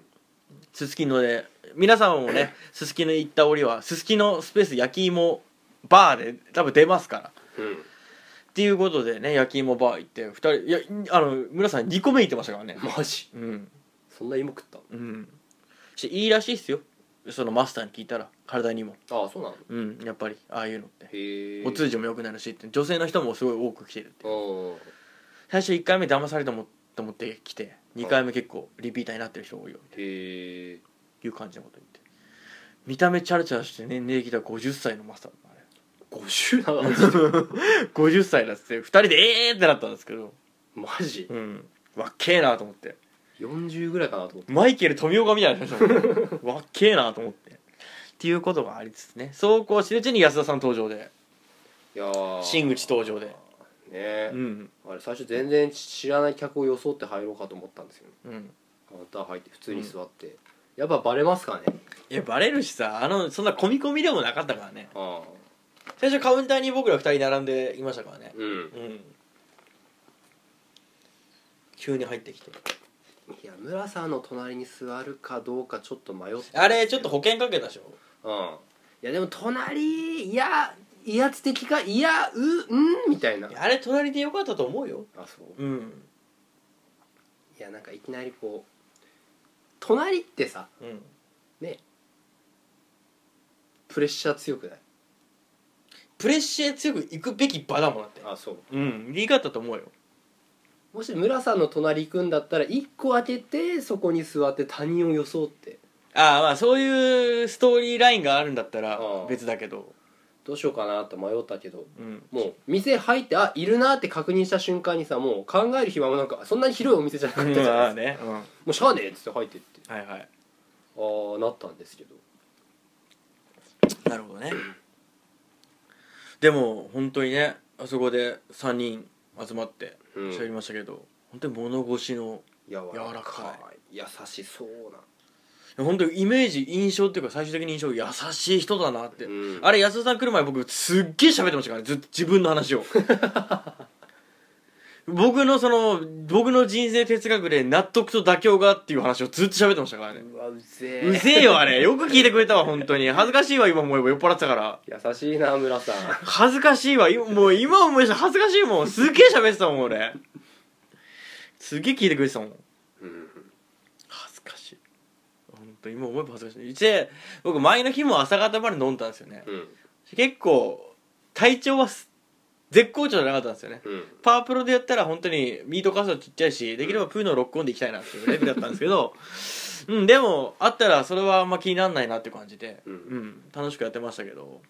Speaker 2: すすきので皆さんも ねすすきの行った折はすすきのスペース焼き芋バーで多分出ますか
Speaker 4: う
Speaker 2: ら
Speaker 4: ん
Speaker 2: っていうことでね焼き芋バー行って2人いやあの村さん2個目行ってましたからね
Speaker 4: マジ
Speaker 2: うん
Speaker 4: そんな芋食った
Speaker 2: うんしていいらしいっすよそのマスターに聞いたら体にも
Speaker 4: ああそうなの
Speaker 2: うんやっぱりああいうのって
Speaker 4: へえ
Speaker 2: お通じも良くなるしって女性の人もすごい多く来てるって
Speaker 4: うん
Speaker 2: 最初1回目騙されたもと思って来て2回目結構リピーターになってる人多いよ
Speaker 4: へえ
Speaker 2: いう感じのこと言って見た目チャラチャラして年齢来た50歳のマスターだね
Speaker 4: 50な の
Speaker 2: 50歳だっつって2人でええーってなったんですけど
Speaker 4: マジ
Speaker 2: うんわっけえなと思って
Speaker 4: 40ぐらいかなと思って
Speaker 2: マイケル富岡みたいな人だ もんわっけえなと思ってっていうことがありつつねそうこうしてるうちに安田さん登場で
Speaker 4: いやー
Speaker 2: 真口登場で
Speaker 4: ね
Speaker 2: うん
Speaker 4: あれ最初全然知らない客を装って入ろうかと思ったんですよ
Speaker 2: うん
Speaker 4: カウンター入って普通に座って、やっぱバレますかね
Speaker 2: いやバレるしさあのそんな込み込みでもなかったからね
Speaker 4: ああ
Speaker 2: 最初カウンターに僕ら2人並んでいましたからね
Speaker 4: うん
Speaker 2: うん急に入ってきて
Speaker 4: いや村さんの隣に座るかどうかちょっと迷って
Speaker 2: あれちょっと保険かけたでしょ
Speaker 4: うんいやでも隣いや威圧的かいやうんみたいない
Speaker 2: やあれ隣でよかったと思うよ
Speaker 4: あそう
Speaker 2: うん
Speaker 4: いやなんかいきなりこう隣ってさ
Speaker 2: うん
Speaker 4: プレッシャー強くない
Speaker 2: プレッシャー強く行くべき場だもんだって
Speaker 4: あそう
Speaker 2: うんいいかったと思うよ
Speaker 4: もし村さんの隣行くんだったら1個開けてそこに座って他人を装って
Speaker 2: ああまあそういうストーリーラインがあるんだったら
Speaker 4: ああ
Speaker 2: 別だけど
Speaker 4: どうしようかなと迷ったけど
Speaker 2: うん
Speaker 4: もう店入ってあいるなって確認した瞬間にさもう考える暇もなんかそんなに広いお店じゃなかったじゃない
Speaker 2: ま
Speaker 4: で
Speaker 2: あ
Speaker 4: すか、
Speaker 2: ね、うん、は
Speaker 4: もうしゃあねえっつって入ってって
Speaker 2: いはい
Speaker 4: ああなったんですけど
Speaker 2: なるほどねでも本当にねあそこで3人集まって
Speaker 4: うん
Speaker 2: 喋りましたけど、本当に物腰の
Speaker 4: 柔
Speaker 2: 柔らか
Speaker 4: い優しそうな
Speaker 2: 本当にイメージ印象っていうか最終的に印象優しい人だなって、
Speaker 4: うん
Speaker 2: あれ安田さん来る前僕すっげえ喋ってましたからねずっと自分 の話を僕のその僕の人生哲学で納得と妥協がっていう話をずっと喋ってましたからね
Speaker 4: うわうぜ
Speaker 2: うぜえよあれよく聞いてくれたわ本当に恥ずかしいわ今思えば酔っ払ってたから
Speaker 4: 優しいな村さん
Speaker 2: 恥ずかしいわ今もう今思い出した恥ずかしいもんすっげえ喋ってたもん俺すっげえ聞いてくれてたもん
Speaker 4: うん
Speaker 2: 恥ずかしい本当今思えば恥ずかしいで僕前の日も朝方まで飲んだんですよね
Speaker 4: うん
Speaker 2: 結構体調はす絶好調じゃなかったんですよね
Speaker 4: うん
Speaker 2: パワープロでやったら本当にミートカスはちっちゃいしできればプーのロックオンでいきたいなっていうレベルだったんですけどうんでもあったらそれはあんま気にならないなって感じで、
Speaker 4: うん
Speaker 2: 楽しくやってましたけど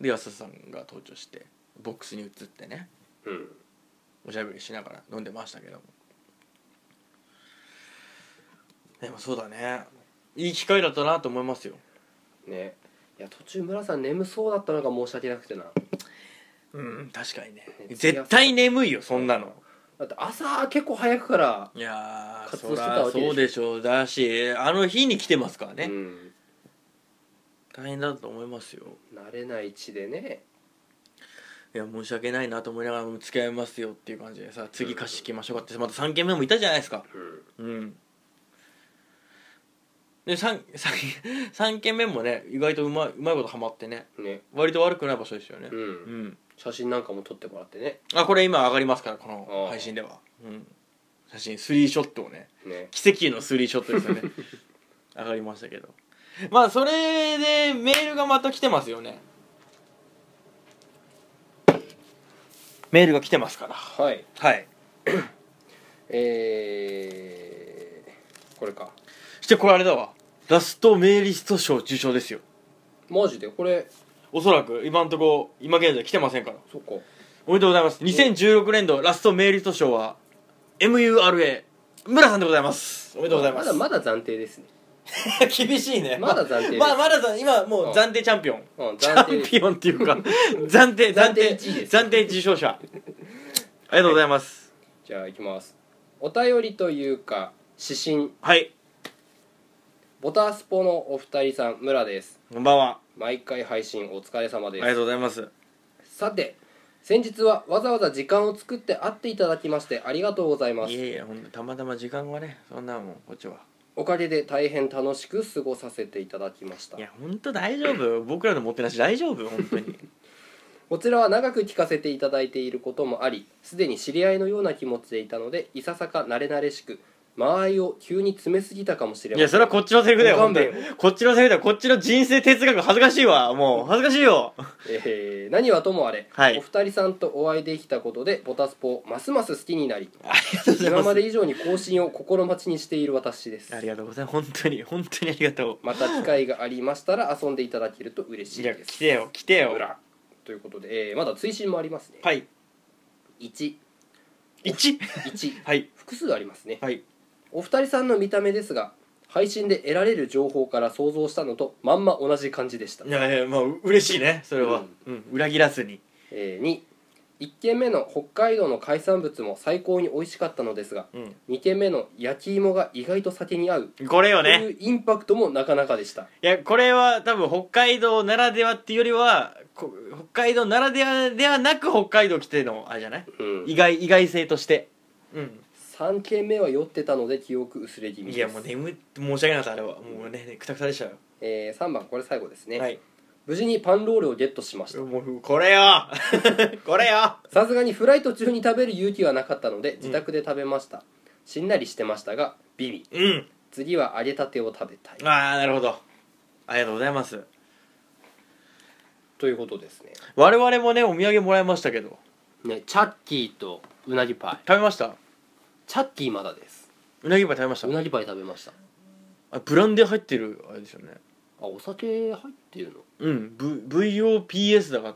Speaker 2: で安田さんが登場してボックスに移ってね
Speaker 4: うん
Speaker 2: おしゃべりしながら飲んでましたけどもでもそうだねいい機会だったなと思いますよ
Speaker 4: ねいや途中村さん眠そうだったのが申し訳なくてな
Speaker 2: うん確かにね
Speaker 4: ね
Speaker 2: 絶対眠いよそんなの
Speaker 4: だって朝結構早くから
Speaker 2: いやー
Speaker 4: 活
Speaker 2: そ
Speaker 4: 動してた
Speaker 2: ら
Speaker 4: わけでしょ
Speaker 2: そうでしょうだしあの日に来てますからね、
Speaker 4: うん
Speaker 2: 大変だと思いますよ
Speaker 4: 慣れない地でね
Speaker 2: いや申し訳ないなと思いながらも付き合いますよっていう感じでさ次貸し行きましょうかってまた3軒目もいたじゃないですか
Speaker 4: うん
Speaker 2: うんで 3, 3, 3軒目もね意外とうまいうまいことハマってね
Speaker 4: ね
Speaker 2: 割と悪くない場所ですよね
Speaker 4: うん、
Speaker 2: うん
Speaker 4: 写真なんかも撮ってもらってね
Speaker 2: あこれ今上がりますからこ
Speaker 4: あ
Speaker 2: の
Speaker 4: あ
Speaker 2: 配信では、うん、写真スリーショットをね
Speaker 4: ね
Speaker 2: 奇跡のスリーショットです よね上がりましたけどまあそれでメールがまた来てますよねメールが来てますから
Speaker 4: はい
Speaker 2: はい
Speaker 4: えー、これか
Speaker 2: そしてこれあれだわラストメーリスト賞受賞ですよ
Speaker 4: マジでこれ
Speaker 2: おそらく今んとこ今現在来てませんから
Speaker 4: そっか
Speaker 2: おめでとうございます2016年度ラストメールリスト賞は MURA 村さんでございますおめでとうございます
Speaker 4: だまだ暫定ですね
Speaker 2: 厳しいね
Speaker 4: まだ暫定です
Speaker 2: まあまだ暫今も
Speaker 4: う
Speaker 2: う
Speaker 4: ん
Speaker 2: 暫定チャンピオン
Speaker 4: うん
Speaker 2: チ
Speaker 4: 暫定
Speaker 2: ャン
Speaker 4: です
Speaker 2: ピオンっていうか 暫定暫
Speaker 4: 暫定
Speaker 2: 定
Speaker 4: 一位です
Speaker 2: 暫定受賞者ありがとうございます
Speaker 4: じゃあいきますお便りというか指針
Speaker 2: はい
Speaker 4: ボタスポのお二人さん村です
Speaker 2: こんばんは
Speaker 4: 毎回配信お疲れ様
Speaker 2: あり
Speaker 4: です
Speaker 2: がとうございます
Speaker 4: さて先日はわざわざ時間を作って会っていただきましてありがとうございま
Speaker 2: い
Speaker 4: す
Speaker 2: えいえほんとたまたま時間がねそんなもんこっちは
Speaker 4: おかげで大変楽しく過ごさせていただきました
Speaker 2: いやほんと大丈夫僕らのもってなし大丈夫本当に
Speaker 4: こちらは長く聞かせていただいていることもありすでに知り合いのような気持ちでいたのでいささか慣れ慣れしく間合いを急に詰めすぎたかもしれま
Speaker 2: い
Speaker 4: せん
Speaker 2: やそれはこっちのセリフだよ
Speaker 4: ご勘
Speaker 2: ほんと
Speaker 4: 弁
Speaker 2: にこっちのセリフだよこっちの人生哲学恥ずかしいわもう恥ずかしい よ
Speaker 4: えー何はともあれ、
Speaker 2: はい
Speaker 4: お二人さんとお会いできたことでボタスポをますます好きになり
Speaker 2: ありがとうござい
Speaker 4: 今
Speaker 2: ます
Speaker 4: まで以上に更新を心待ちにしている私です
Speaker 2: ありがとうございます本当に本当にありがと
Speaker 4: また機会がありましたら遊んでいただけると嬉し
Speaker 2: う
Speaker 4: い
Speaker 2: いや
Speaker 4: で
Speaker 2: 来
Speaker 4: す
Speaker 2: てよ来てよ
Speaker 4: 裏ということで、えーまだ追伸もありますね、
Speaker 2: はい
Speaker 4: 1
Speaker 2: 1
Speaker 4: 1
Speaker 2: はい
Speaker 4: 複数ありますね
Speaker 2: はい
Speaker 4: お二人さんの見た目ですが配信で得られる情報から想像したのとまんま同じ感じでした
Speaker 2: い、やいやまあう嬉しいねそれは、うん裏切らずに
Speaker 4: えー、21軒目の北海道の海産物も最高に美味しかったのですが
Speaker 2: うん
Speaker 4: 2軒目の焼き芋が意外と酒に合う
Speaker 2: これよ
Speaker 4: と
Speaker 2: ね
Speaker 4: いうインパクトもなかなかでした、
Speaker 2: いやこれは多分北海道ならではっていうよりはこ北海道ならではではなく北海道来てのあれじゃない
Speaker 4: うん
Speaker 2: 意外意外性としてうん
Speaker 4: 3軒目は酔ってたので記憶薄れ気味です
Speaker 2: いやもう眠って申し訳なかったあれはもうねくたくたでしたよ
Speaker 4: え3番これ最後ですね、
Speaker 2: はい
Speaker 4: 無事にパンロールをゲットしました
Speaker 2: もうこれよ これよ
Speaker 4: さすがにフライト中に食べる勇気はなかったので自宅で食べました、しんなりしてましたがビビ
Speaker 2: うん
Speaker 4: 次は揚げたてを食べたい
Speaker 2: ああなるほどありがとうございます
Speaker 4: ということですね
Speaker 2: 我々もねお土産もらいましたけど
Speaker 4: ねチャッキーとうなぎパイ
Speaker 2: 食べました
Speaker 4: チャッキーまだです
Speaker 2: うなぎパイ食べました
Speaker 4: うなぎパイ食べました
Speaker 2: あブランデー入ってるあれですよね
Speaker 4: あお酒入ってるの
Speaker 2: うん、v、VOPS だかん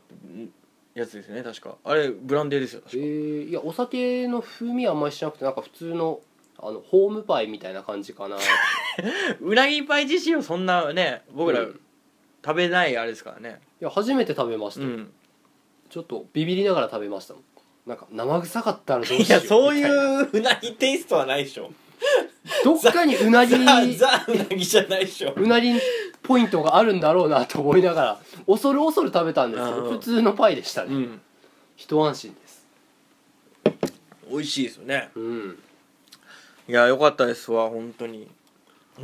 Speaker 2: やつですよね確かあれブランデーですよ
Speaker 4: え
Speaker 2: 確か
Speaker 4: ー、いやお酒の風味はあんまりしなくてなんか普通のあのホームパイみたいな感じか な
Speaker 2: うなぎパイ自身はそんなね僕ら
Speaker 4: うん
Speaker 2: 食べないあれですからね
Speaker 4: いや初めて食べました、
Speaker 2: うん
Speaker 4: ちょっとビビりながら食べましたもんなんか生臭かったらどうしよう
Speaker 2: いやそう
Speaker 4: みたな
Speaker 2: いううなぎテイストはないでしょ
Speaker 4: どっかにうな ぎ
Speaker 2: ザザうなぎじゃないでしょ
Speaker 4: うなぎポイントがあるんだろうなと思いながら恐る恐る食べたんですけ
Speaker 2: う
Speaker 4: ど
Speaker 2: ん
Speaker 4: 普通のパイでしたね、
Speaker 2: うん
Speaker 4: 一安心です
Speaker 2: 美味しいですよね
Speaker 4: うん
Speaker 2: いやよかったですわ本当に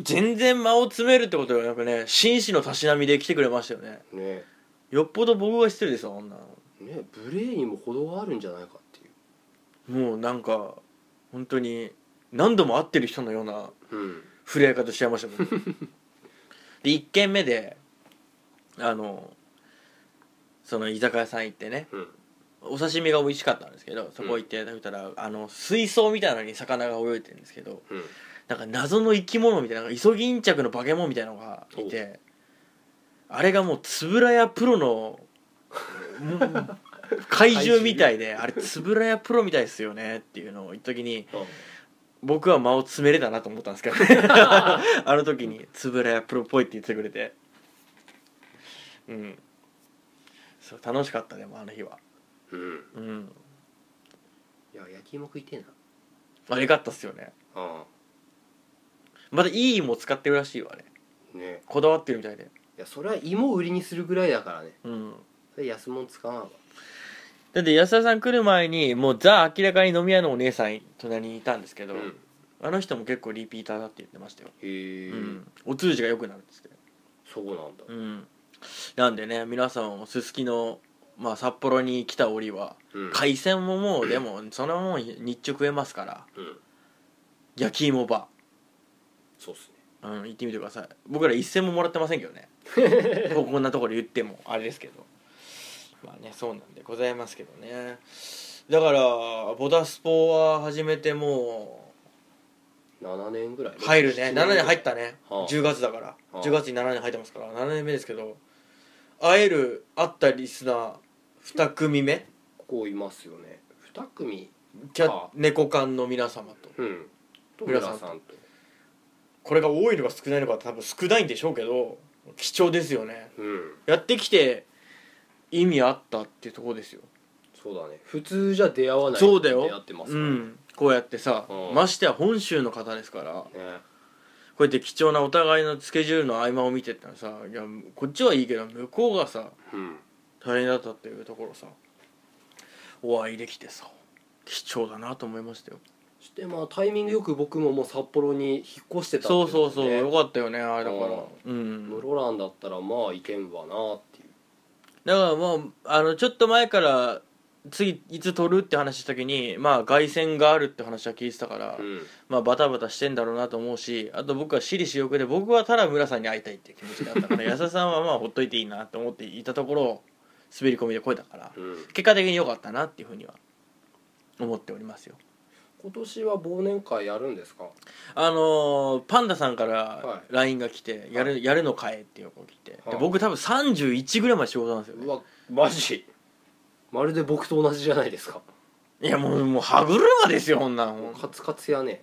Speaker 2: 全然間を詰めるってことがなくね紳士のたしなみで来てくれましたよね
Speaker 4: ね
Speaker 2: よっぽど僕が失礼ですよ女
Speaker 4: ね無礼にも程があるんじゃないかっていう
Speaker 2: もうなんか本当に何度も会ってる人のような
Speaker 4: うん
Speaker 2: 触れ合い方しちゃいましたもんで1軒目であのその居酒屋さん行ってね
Speaker 4: うん
Speaker 2: お刺身が美味しかったんですけどそこ行って食べたら、あの水槽みたいなのに魚が泳いでるんですけど
Speaker 4: うん
Speaker 2: なんか謎の生き物みたいななんかイソギンチャクの化け物みたいなのがいてあれがもう円谷プロのもう怪獣みたいであれ円谷プロみたいですよねっていうのを一時に僕は間を詰めれたなと思ったんですけど ねあの時に「円谷プロっぽい」って言ってくれてうんそう楽しかったでもあの日は
Speaker 4: うん
Speaker 2: うん
Speaker 4: いや焼き芋食いてえな
Speaker 2: あれがあったっすよね
Speaker 4: あ
Speaker 2: またいい芋使ってるらしいわあれ
Speaker 4: あね
Speaker 2: こだわってるみたいで
Speaker 4: いやそれは芋売りにするぐらいだからね
Speaker 2: うん
Speaker 4: それ安物使わんわ
Speaker 2: だって安田さん来る前にもうザ明らかに飲み屋のお姉さん隣にいたんですけど、
Speaker 4: うん
Speaker 2: あの人も結構リピーターだって言ってましたよ、
Speaker 4: へえ、
Speaker 2: うん、お通じが良くなるっつって
Speaker 4: そうなんだ
Speaker 2: うんなんでね皆さんもすすきの、まあ、札幌に来た折は
Speaker 4: うん
Speaker 2: 海鮮ももうでもそのもん日中食えますから
Speaker 4: うん
Speaker 2: 焼き芋バ
Speaker 4: そうっすね
Speaker 2: ー、うん、行ってみてください僕ら一銭ももらってませんけ どねここんなところで言ってもあれですけどまあねそうなんでございますけどねだからボダスポは始めても
Speaker 4: 7年ぐらいう
Speaker 2: 入るね7年入ったね、
Speaker 4: はあ
Speaker 2: 10月だから、
Speaker 4: あ
Speaker 2: 10月に7年入ってますから7年目ですけど会える会ったリスナー2組目
Speaker 4: ここいますよね2組
Speaker 2: キャ
Speaker 4: はあ
Speaker 2: 猫館の皆様と
Speaker 4: うんと
Speaker 2: 浦
Speaker 4: 浦
Speaker 2: さんと
Speaker 4: さんと
Speaker 2: これが多いのか少ないのか多分少ないんでしょうけど貴重ですよね
Speaker 4: うん
Speaker 2: やってきて意味あったっていうところですよ
Speaker 4: そうだね普通じゃ出会わない
Speaker 2: そうだよ
Speaker 4: 出会ってます
Speaker 2: う
Speaker 4: からね
Speaker 2: んこうやってさ
Speaker 4: うん
Speaker 2: ましては本州の方ですからこ
Speaker 4: ね
Speaker 2: うやって貴重なお互いのスケジュールの合間を見てったらさいやこっちはいいけど向こうがさ
Speaker 4: うん
Speaker 2: 大変だったっていうところさお会いできてさ貴重だなと思いましたよ
Speaker 4: そしてまあタイミングよく僕ももう札幌に引っ越してたってい
Speaker 2: そう
Speaker 4: のも
Speaker 2: そう
Speaker 4: ね
Speaker 2: そうよかったよねあれだからう
Speaker 4: 室
Speaker 2: ん
Speaker 4: 蘭だったらまあ行けんわなっていう
Speaker 2: だからもうあのちょっと前から次いつ撮るって話した時にまあ凱旋があるって話は聞いてたから、
Speaker 4: うん
Speaker 2: まあバタバタしてんだろうなと思うしあと僕は私利私欲で僕はただ村さんに会いたいっていう気持ちだったから 安田さんはまあほっといていいなと思っていたところを滑り込みで超えたから
Speaker 4: うん
Speaker 2: 結果的に良かったなっていうふうには思っておりますよ
Speaker 4: 今年は忘年会やるんですか
Speaker 2: あのーパンダさんか
Speaker 4: は
Speaker 2: ら
Speaker 4: い
Speaker 2: LINE が来て「やる,、やるのかえ」っていう子が来て、
Speaker 4: はい
Speaker 2: で僕多分31ぐらいまで仕事なんですよ、ね
Speaker 4: う、わマジまるで僕と同じじゃないですか
Speaker 2: いやもうもう歯車ですよこんなんもう
Speaker 4: カツカツやね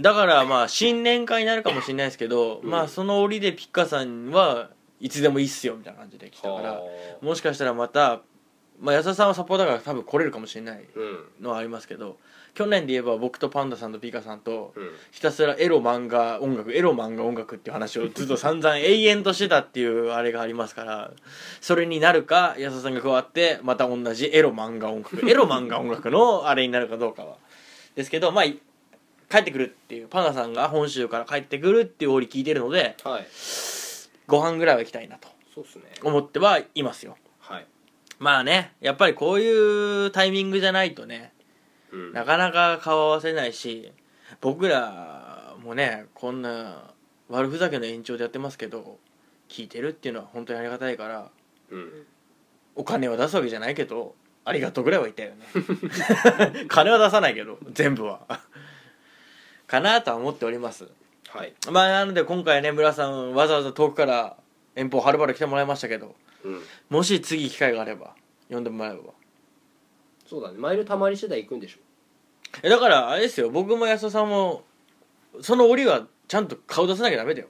Speaker 2: だからまあ新年会になるかもしれないですけど、
Speaker 4: うん
Speaker 2: まあその折でピッカさんはいつでもいいっすよみたいな感じで来たから
Speaker 4: はあ
Speaker 2: もしかしたらまた、まあ、安田さんはサポーターだから多分来れるかもしれない
Speaker 4: うん
Speaker 2: のはありますけど去年で言えば僕とパンダさんとピッカさんと
Speaker 4: うん
Speaker 2: ひたすらエロ漫画音楽エロ漫画音楽っていう話をずっと散々永遠としてたっていうあれがありますからそれになるか安田さんが加わってまた同じエロ漫画音楽エロ漫画音楽のあれになるかどうかはですけどまあい帰ってくるっていうパンダさんが本州から帰ってくるっていう折聞いてるので
Speaker 4: はい
Speaker 2: ご飯ぐらいは行きたいなと
Speaker 4: そうっすね
Speaker 2: 思ってはいますよ
Speaker 4: はい
Speaker 2: まあねやっぱりこういうタイミングじゃないとね
Speaker 4: うん
Speaker 2: なかなか顔合わせないし僕らもねこんな悪ふざけの延長でやってますけど聞いてるっていうのは本当にありがたいから
Speaker 4: うん
Speaker 2: お金は出すわけじゃないけどありがとうぐらいは言ったよね 金は出さないけど全部はかなとは思っております
Speaker 4: はい
Speaker 2: まあなので今回ね村さんわざわざ遠くから遠方はるばる来てもらいましたけど
Speaker 4: うん
Speaker 2: もし次機会があれば呼んでもらえれば
Speaker 4: そうだねマイルたまり次第行くんでしょ
Speaker 2: えだからあれですよ僕も安田さんもその折はちゃんと顔出さなきゃダメだよ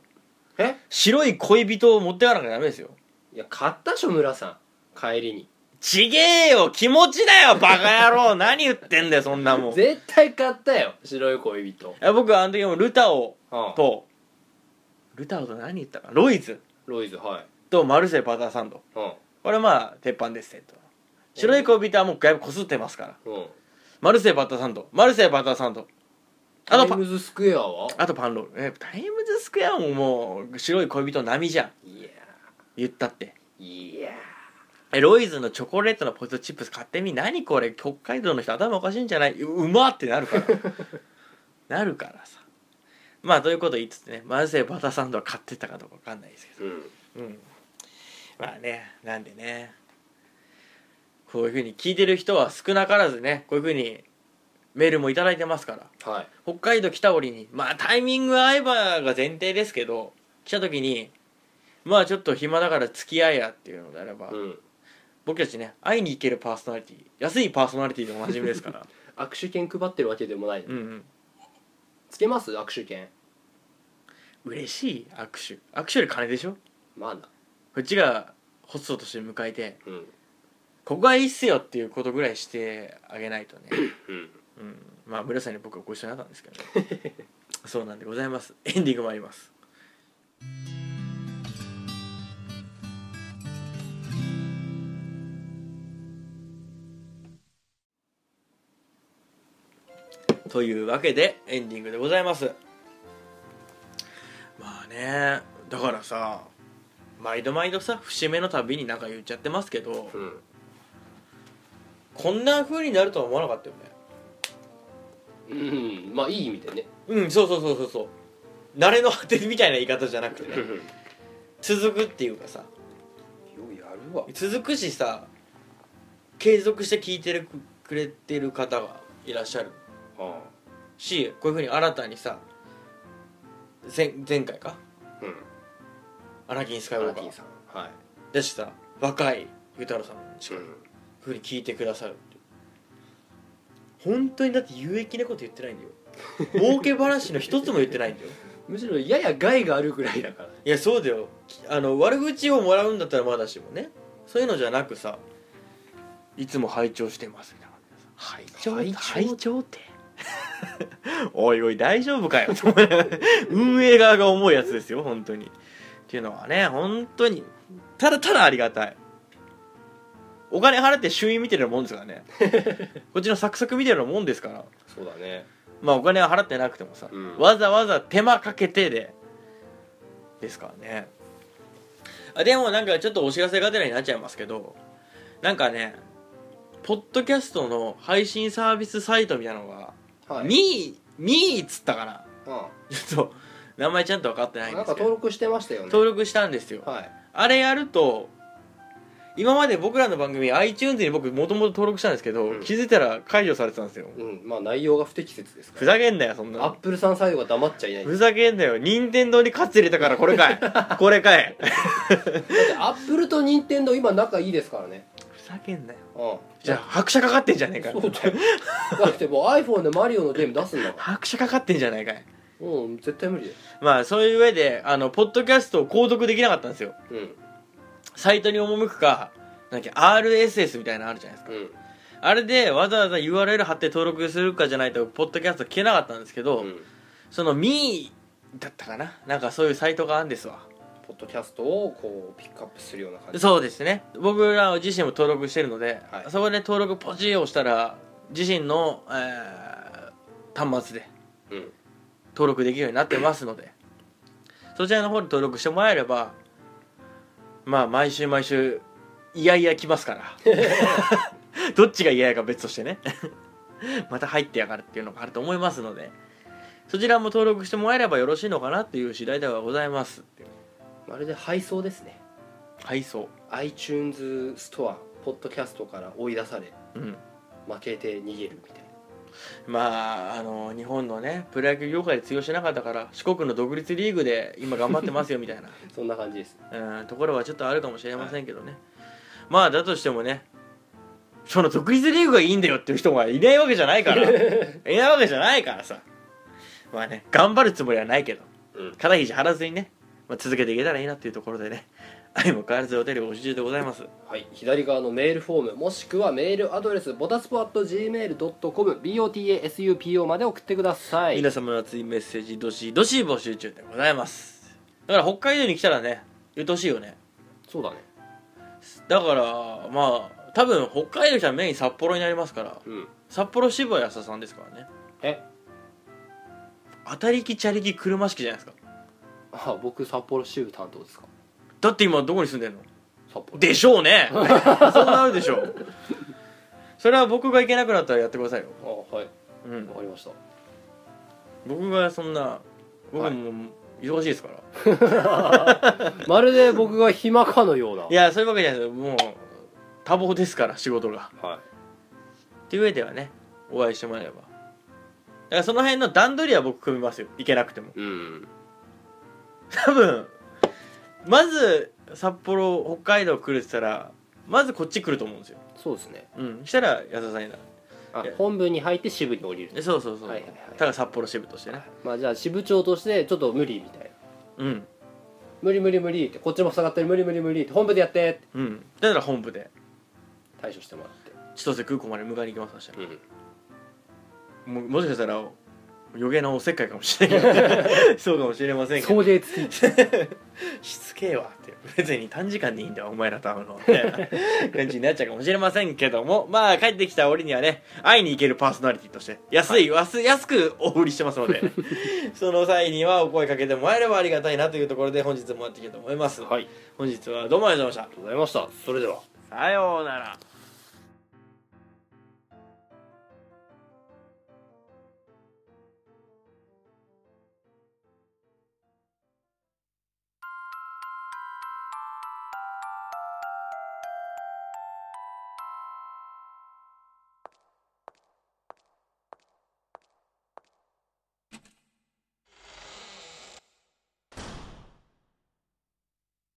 Speaker 4: え
Speaker 2: 白い恋人を持ってかなきゃダメですよ
Speaker 4: いや買ったでしょ村さん帰りに
Speaker 2: ちげえよ気持ちだよバカ 野郎何言ってんだよそんなもんい
Speaker 4: 絶対買ったよ白い恋人
Speaker 2: や僕はあの時もルタオ
Speaker 4: ああ
Speaker 2: とルタオと何言ったかなロイズ
Speaker 4: ロイズはい
Speaker 2: とマルセイバターサンド
Speaker 4: うん
Speaker 2: これはまあ鉄板ですセット白い恋人はもうだいぶこすってますから
Speaker 4: うん
Speaker 2: マルセイバターサンドマルセイバターサンドあ
Speaker 4: タ
Speaker 2: と
Speaker 4: イ
Speaker 2: パ
Speaker 4: ムズスクエアは
Speaker 2: あとパンロールえタイムズスクエアももう白い恋人並みじゃん
Speaker 4: いや
Speaker 2: 言ったって
Speaker 4: いや
Speaker 2: えロイズのチョコレートのポテトチップス買ってみ何これ北海道の人頭おかしいんじゃないううまってな るからなるからさまあということ言いつつねマルセイバターサンドは買ってたかどうか分かんないですけ
Speaker 4: うん
Speaker 2: どうんまあねなんでねこういうふうに聞いてる人は少なからずねこういうふうにメールもいただいてますから
Speaker 4: はい
Speaker 2: 北海道来た折にまあタイミング合えばが前提ですけど来た時にまあちょっと暇だから付き合いやっていうのであれば、
Speaker 4: うん
Speaker 2: 僕たちね会いに行けるパーソナリティ安いパーソナリティでおなじみですから
Speaker 4: 握手券配ってるわけでもない
Speaker 2: うんうん
Speaker 4: つけます握手券
Speaker 2: 嬉しい握手握手より金でしょ
Speaker 4: まあな
Speaker 2: こっちがホストとして迎えて
Speaker 4: うん
Speaker 2: ここはいいっすよっていうことぐらいしてあげないとね、
Speaker 4: うん
Speaker 2: うん、まあ村さんに僕はご一緒になったんですけど、ね、そうなんでございますエンディングもありますというわけでエンディングでございますまあねだからさ毎度毎度さ節目のたびになんか言っちゃってますけど
Speaker 4: うん
Speaker 2: こんな風になるとは思わなかったよね
Speaker 4: うんまあいい意味でね
Speaker 2: うんそうそうそうそうそう慣れの果てみたいな言い方じゃなくてね続くっていうかさ
Speaker 4: ようやるわ
Speaker 2: 続くしさ継続して聞いてるくれてる方がいらっしゃる
Speaker 4: あ
Speaker 2: しこういうふうに新たにさ前前回か
Speaker 4: あうん
Speaker 2: アナキンスカイウォ
Speaker 4: ア
Speaker 2: ー
Speaker 4: ナ
Speaker 2: カ
Speaker 4: キン
Speaker 2: ー
Speaker 4: さんは
Speaker 2: だしさ若いゆうたろうさんし
Speaker 4: い、
Speaker 2: かこういうふうに聞いてくださるって本当にだって有益なこと言ってないんだよ儲け話の一つも言ってないんだよ
Speaker 4: むしろやや害があるぐらいだから
Speaker 2: いやそうだよきあの悪口をもらうんだったらまだしもねそういうのじゃなくさいつも拝聴してますみたいな感じでさ
Speaker 4: 拝聴
Speaker 2: 拝聴って おいおい大丈夫かよ 運営側が思うやつですよ本当にっていうのはね本当にただただありがたいお金払って収入見てるようなもんです からねこっちのサクサク見てるようなもんですから
Speaker 4: そうだね
Speaker 2: まあお金は払ってなくてもさ、
Speaker 4: うん
Speaker 2: わざわざ手間かけてでですからねあでもなんかちょっとお知らせがてらになっちゃいますけどなんかねポッドキャストの配信サービスサイトみたいなのが、
Speaker 4: は
Speaker 2: ミーミーっつったかな
Speaker 4: う
Speaker 2: ちょっと名前ちゃんと分かってない
Speaker 4: ん、
Speaker 2: ん
Speaker 4: な
Speaker 2: で
Speaker 4: んか
Speaker 2: すけ
Speaker 4: 登
Speaker 2: ど
Speaker 4: 録してましたよね
Speaker 2: 登録したんですよ
Speaker 4: はい
Speaker 2: あれやると今まで僕らの番組 iTunes に僕もともと登録したんですけど、
Speaker 4: うん
Speaker 2: 気づいたら解除されてたんですよ
Speaker 4: うんまあ内容が不適切ですか
Speaker 2: ふ
Speaker 4: ら
Speaker 2: ざけんなよそんなの
Speaker 4: アップルさんサイドが黙っちゃいないだ
Speaker 2: ふざけんなよ任天堂に勝つ入れたからこれか いこれかい
Speaker 4: ってアップルと任天堂今仲いいですからね
Speaker 2: ふざけんなよ
Speaker 4: うん
Speaker 2: じゃあ拍車かかってんじゃねえか
Speaker 4: そうだよだってもう iPhone でマリオのゲーム出すんだか
Speaker 2: 拍車かかってんじゃないかい
Speaker 4: らうん絶対無理だよ
Speaker 2: まあそういう上であのポッドキャストを購読できなかったんですよ
Speaker 4: うん
Speaker 2: サイトに赴くかなんだっけ RSS みたいなのあるじゃないですか
Speaker 4: うん
Speaker 2: あれでわざわざ URL 貼って登録するかじゃないとポッドキャスト聞けなかったんですけど、
Speaker 4: うん
Speaker 2: その Me だったかななんかそういうサイトがあるんですわ
Speaker 4: ポッドキャストをこうピックアップするような感じ
Speaker 2: そうですね僕ら自身も登録してるので、
Speaker 4: はい
Speaker 2: そこで登録ポチを押したら自身の、えー端末で
Speaker 4: うん
Speaker 2: 登録できるようになってますのでそちらの方で登録してもらえればまあ毎週毎週いやいや来ます からどっちが嫌やか別としてね また入ってやがるっていうのがあると思いますのでそちらも登録してもらえればよろしいのかなっていう次第ではございます
Speaker 4: まるで配送ですね
Speaker 2: 配送
Speaker 4: iTunes ストアポッドキャストから追い出され
Speaker 2: うん
Speaker 4: 負けて逃げるみたい
Speaker 2: まああの日本のねプロ野球業界で通用しなかったから四国の独立リーグで今頑張ってますよみたい
Speaker 4: なそんな感じです
Speaker 2: な うんところはちょっとあるかもしれませんけどね、まあだとしてもねその独立リーグがいいんだよっていう人がいないわけじゃないから いないわけじゃないからさまあね頑張るつもりはないけど、
Speaker 4: うん
Speaker 2: 肩肘張らずにね、まあ、続けていけたらいいなっていうところでね相も変わらずお手入れご集中でございます
Speaker 4: はい、左側のメールフォームもしくはメールアドレスボタスポ at gmail.com botasupo まで送ってください
Speaker 2: 皆様の熱いメッセージどしどし募集中でございますだから北海道に来たらね言ってほしいよね
Speaker 4: そうだね
Speaker 2: だからまあ多分北海道来たらメイン札幌になりますから
Speaker 4: うん
Speaker 2: 札幌渋谷安田さんですからね
Speaker 4: え
Speaker 2: 当たりきチャリき車式じゃないですか
Speaker 4: あ僕札幌支部担当ですか
Speaker 2: だって今どこに住んでんの
Speaker 4: 札幌
Speaker 2: でしょうね そうなるでしょうそれは僕が行けなくなったらやってくださいよ、
Speaker 4: あはい
Speaker 2: うん
Speaker 4: わ、かりました
Speaker 2: 僕がそんな僕
Speaker 4: はい
Speaker 2: も忙しいですから、い、
Speaker 4: まるで僕が暇かのようない
Speaker 2: やそういうわけじゃないですよもう多忙ですから仕事が
Speaker 4: は
Speaker 2: っていう上ではねお会いしてもらえればだからその辺の段取りは僕組みますよ行けなくても
Speaker 4: いうん
Speaker 2: 多分まず札幌北海道来るって言ったらまずこっち来ると思うんですよ
Speaker 4: そうですね
Speaker 2: うんしたら安田さんになる
Speaker 4: あ
Speaker 2: いや
Speaker 4: 本部に入って支部に降りる
Speaker 2: えそうそうそう、
Speaker 4: はいはいはい
Speaker 2: ただ札幌支部としてね
Speaker 4: まあじゃあ支部長としてちょっと無理みたいな
Speaker 2: うん
Speaker 4: 無理無理無理ってこっちも塞がってる無理無理無理って本部でやってって
Speaker 2: うんだから本部で
Speaker 4: 対処してもらって
Speaker 2: 千歳空港まで迎えに行きますそしたら
Speaker 4: うん
Speaker 2: ももしかしたら余計なおせっかいかもしれないけ どそうかもしれませんけど
Speaker 4: 送迎付き
Speaker 2: しつけえわって別に短時間でいいんだよお前らと会うのみたいな感じになっちゃうかもしれませんけども まあ帰ってきた折にはね会いに行けるパーソナリティとして安い、安安くお売りしてますの でその際にはお声かけてもらえればありがたいなというところで本日もやっていきたいと思います、
Speaker 4: はいありが
Speaker 2: 本日はどうもありがとうございまし
Speaker 4: とうございましたそれでは
Speaker 2: たさようなら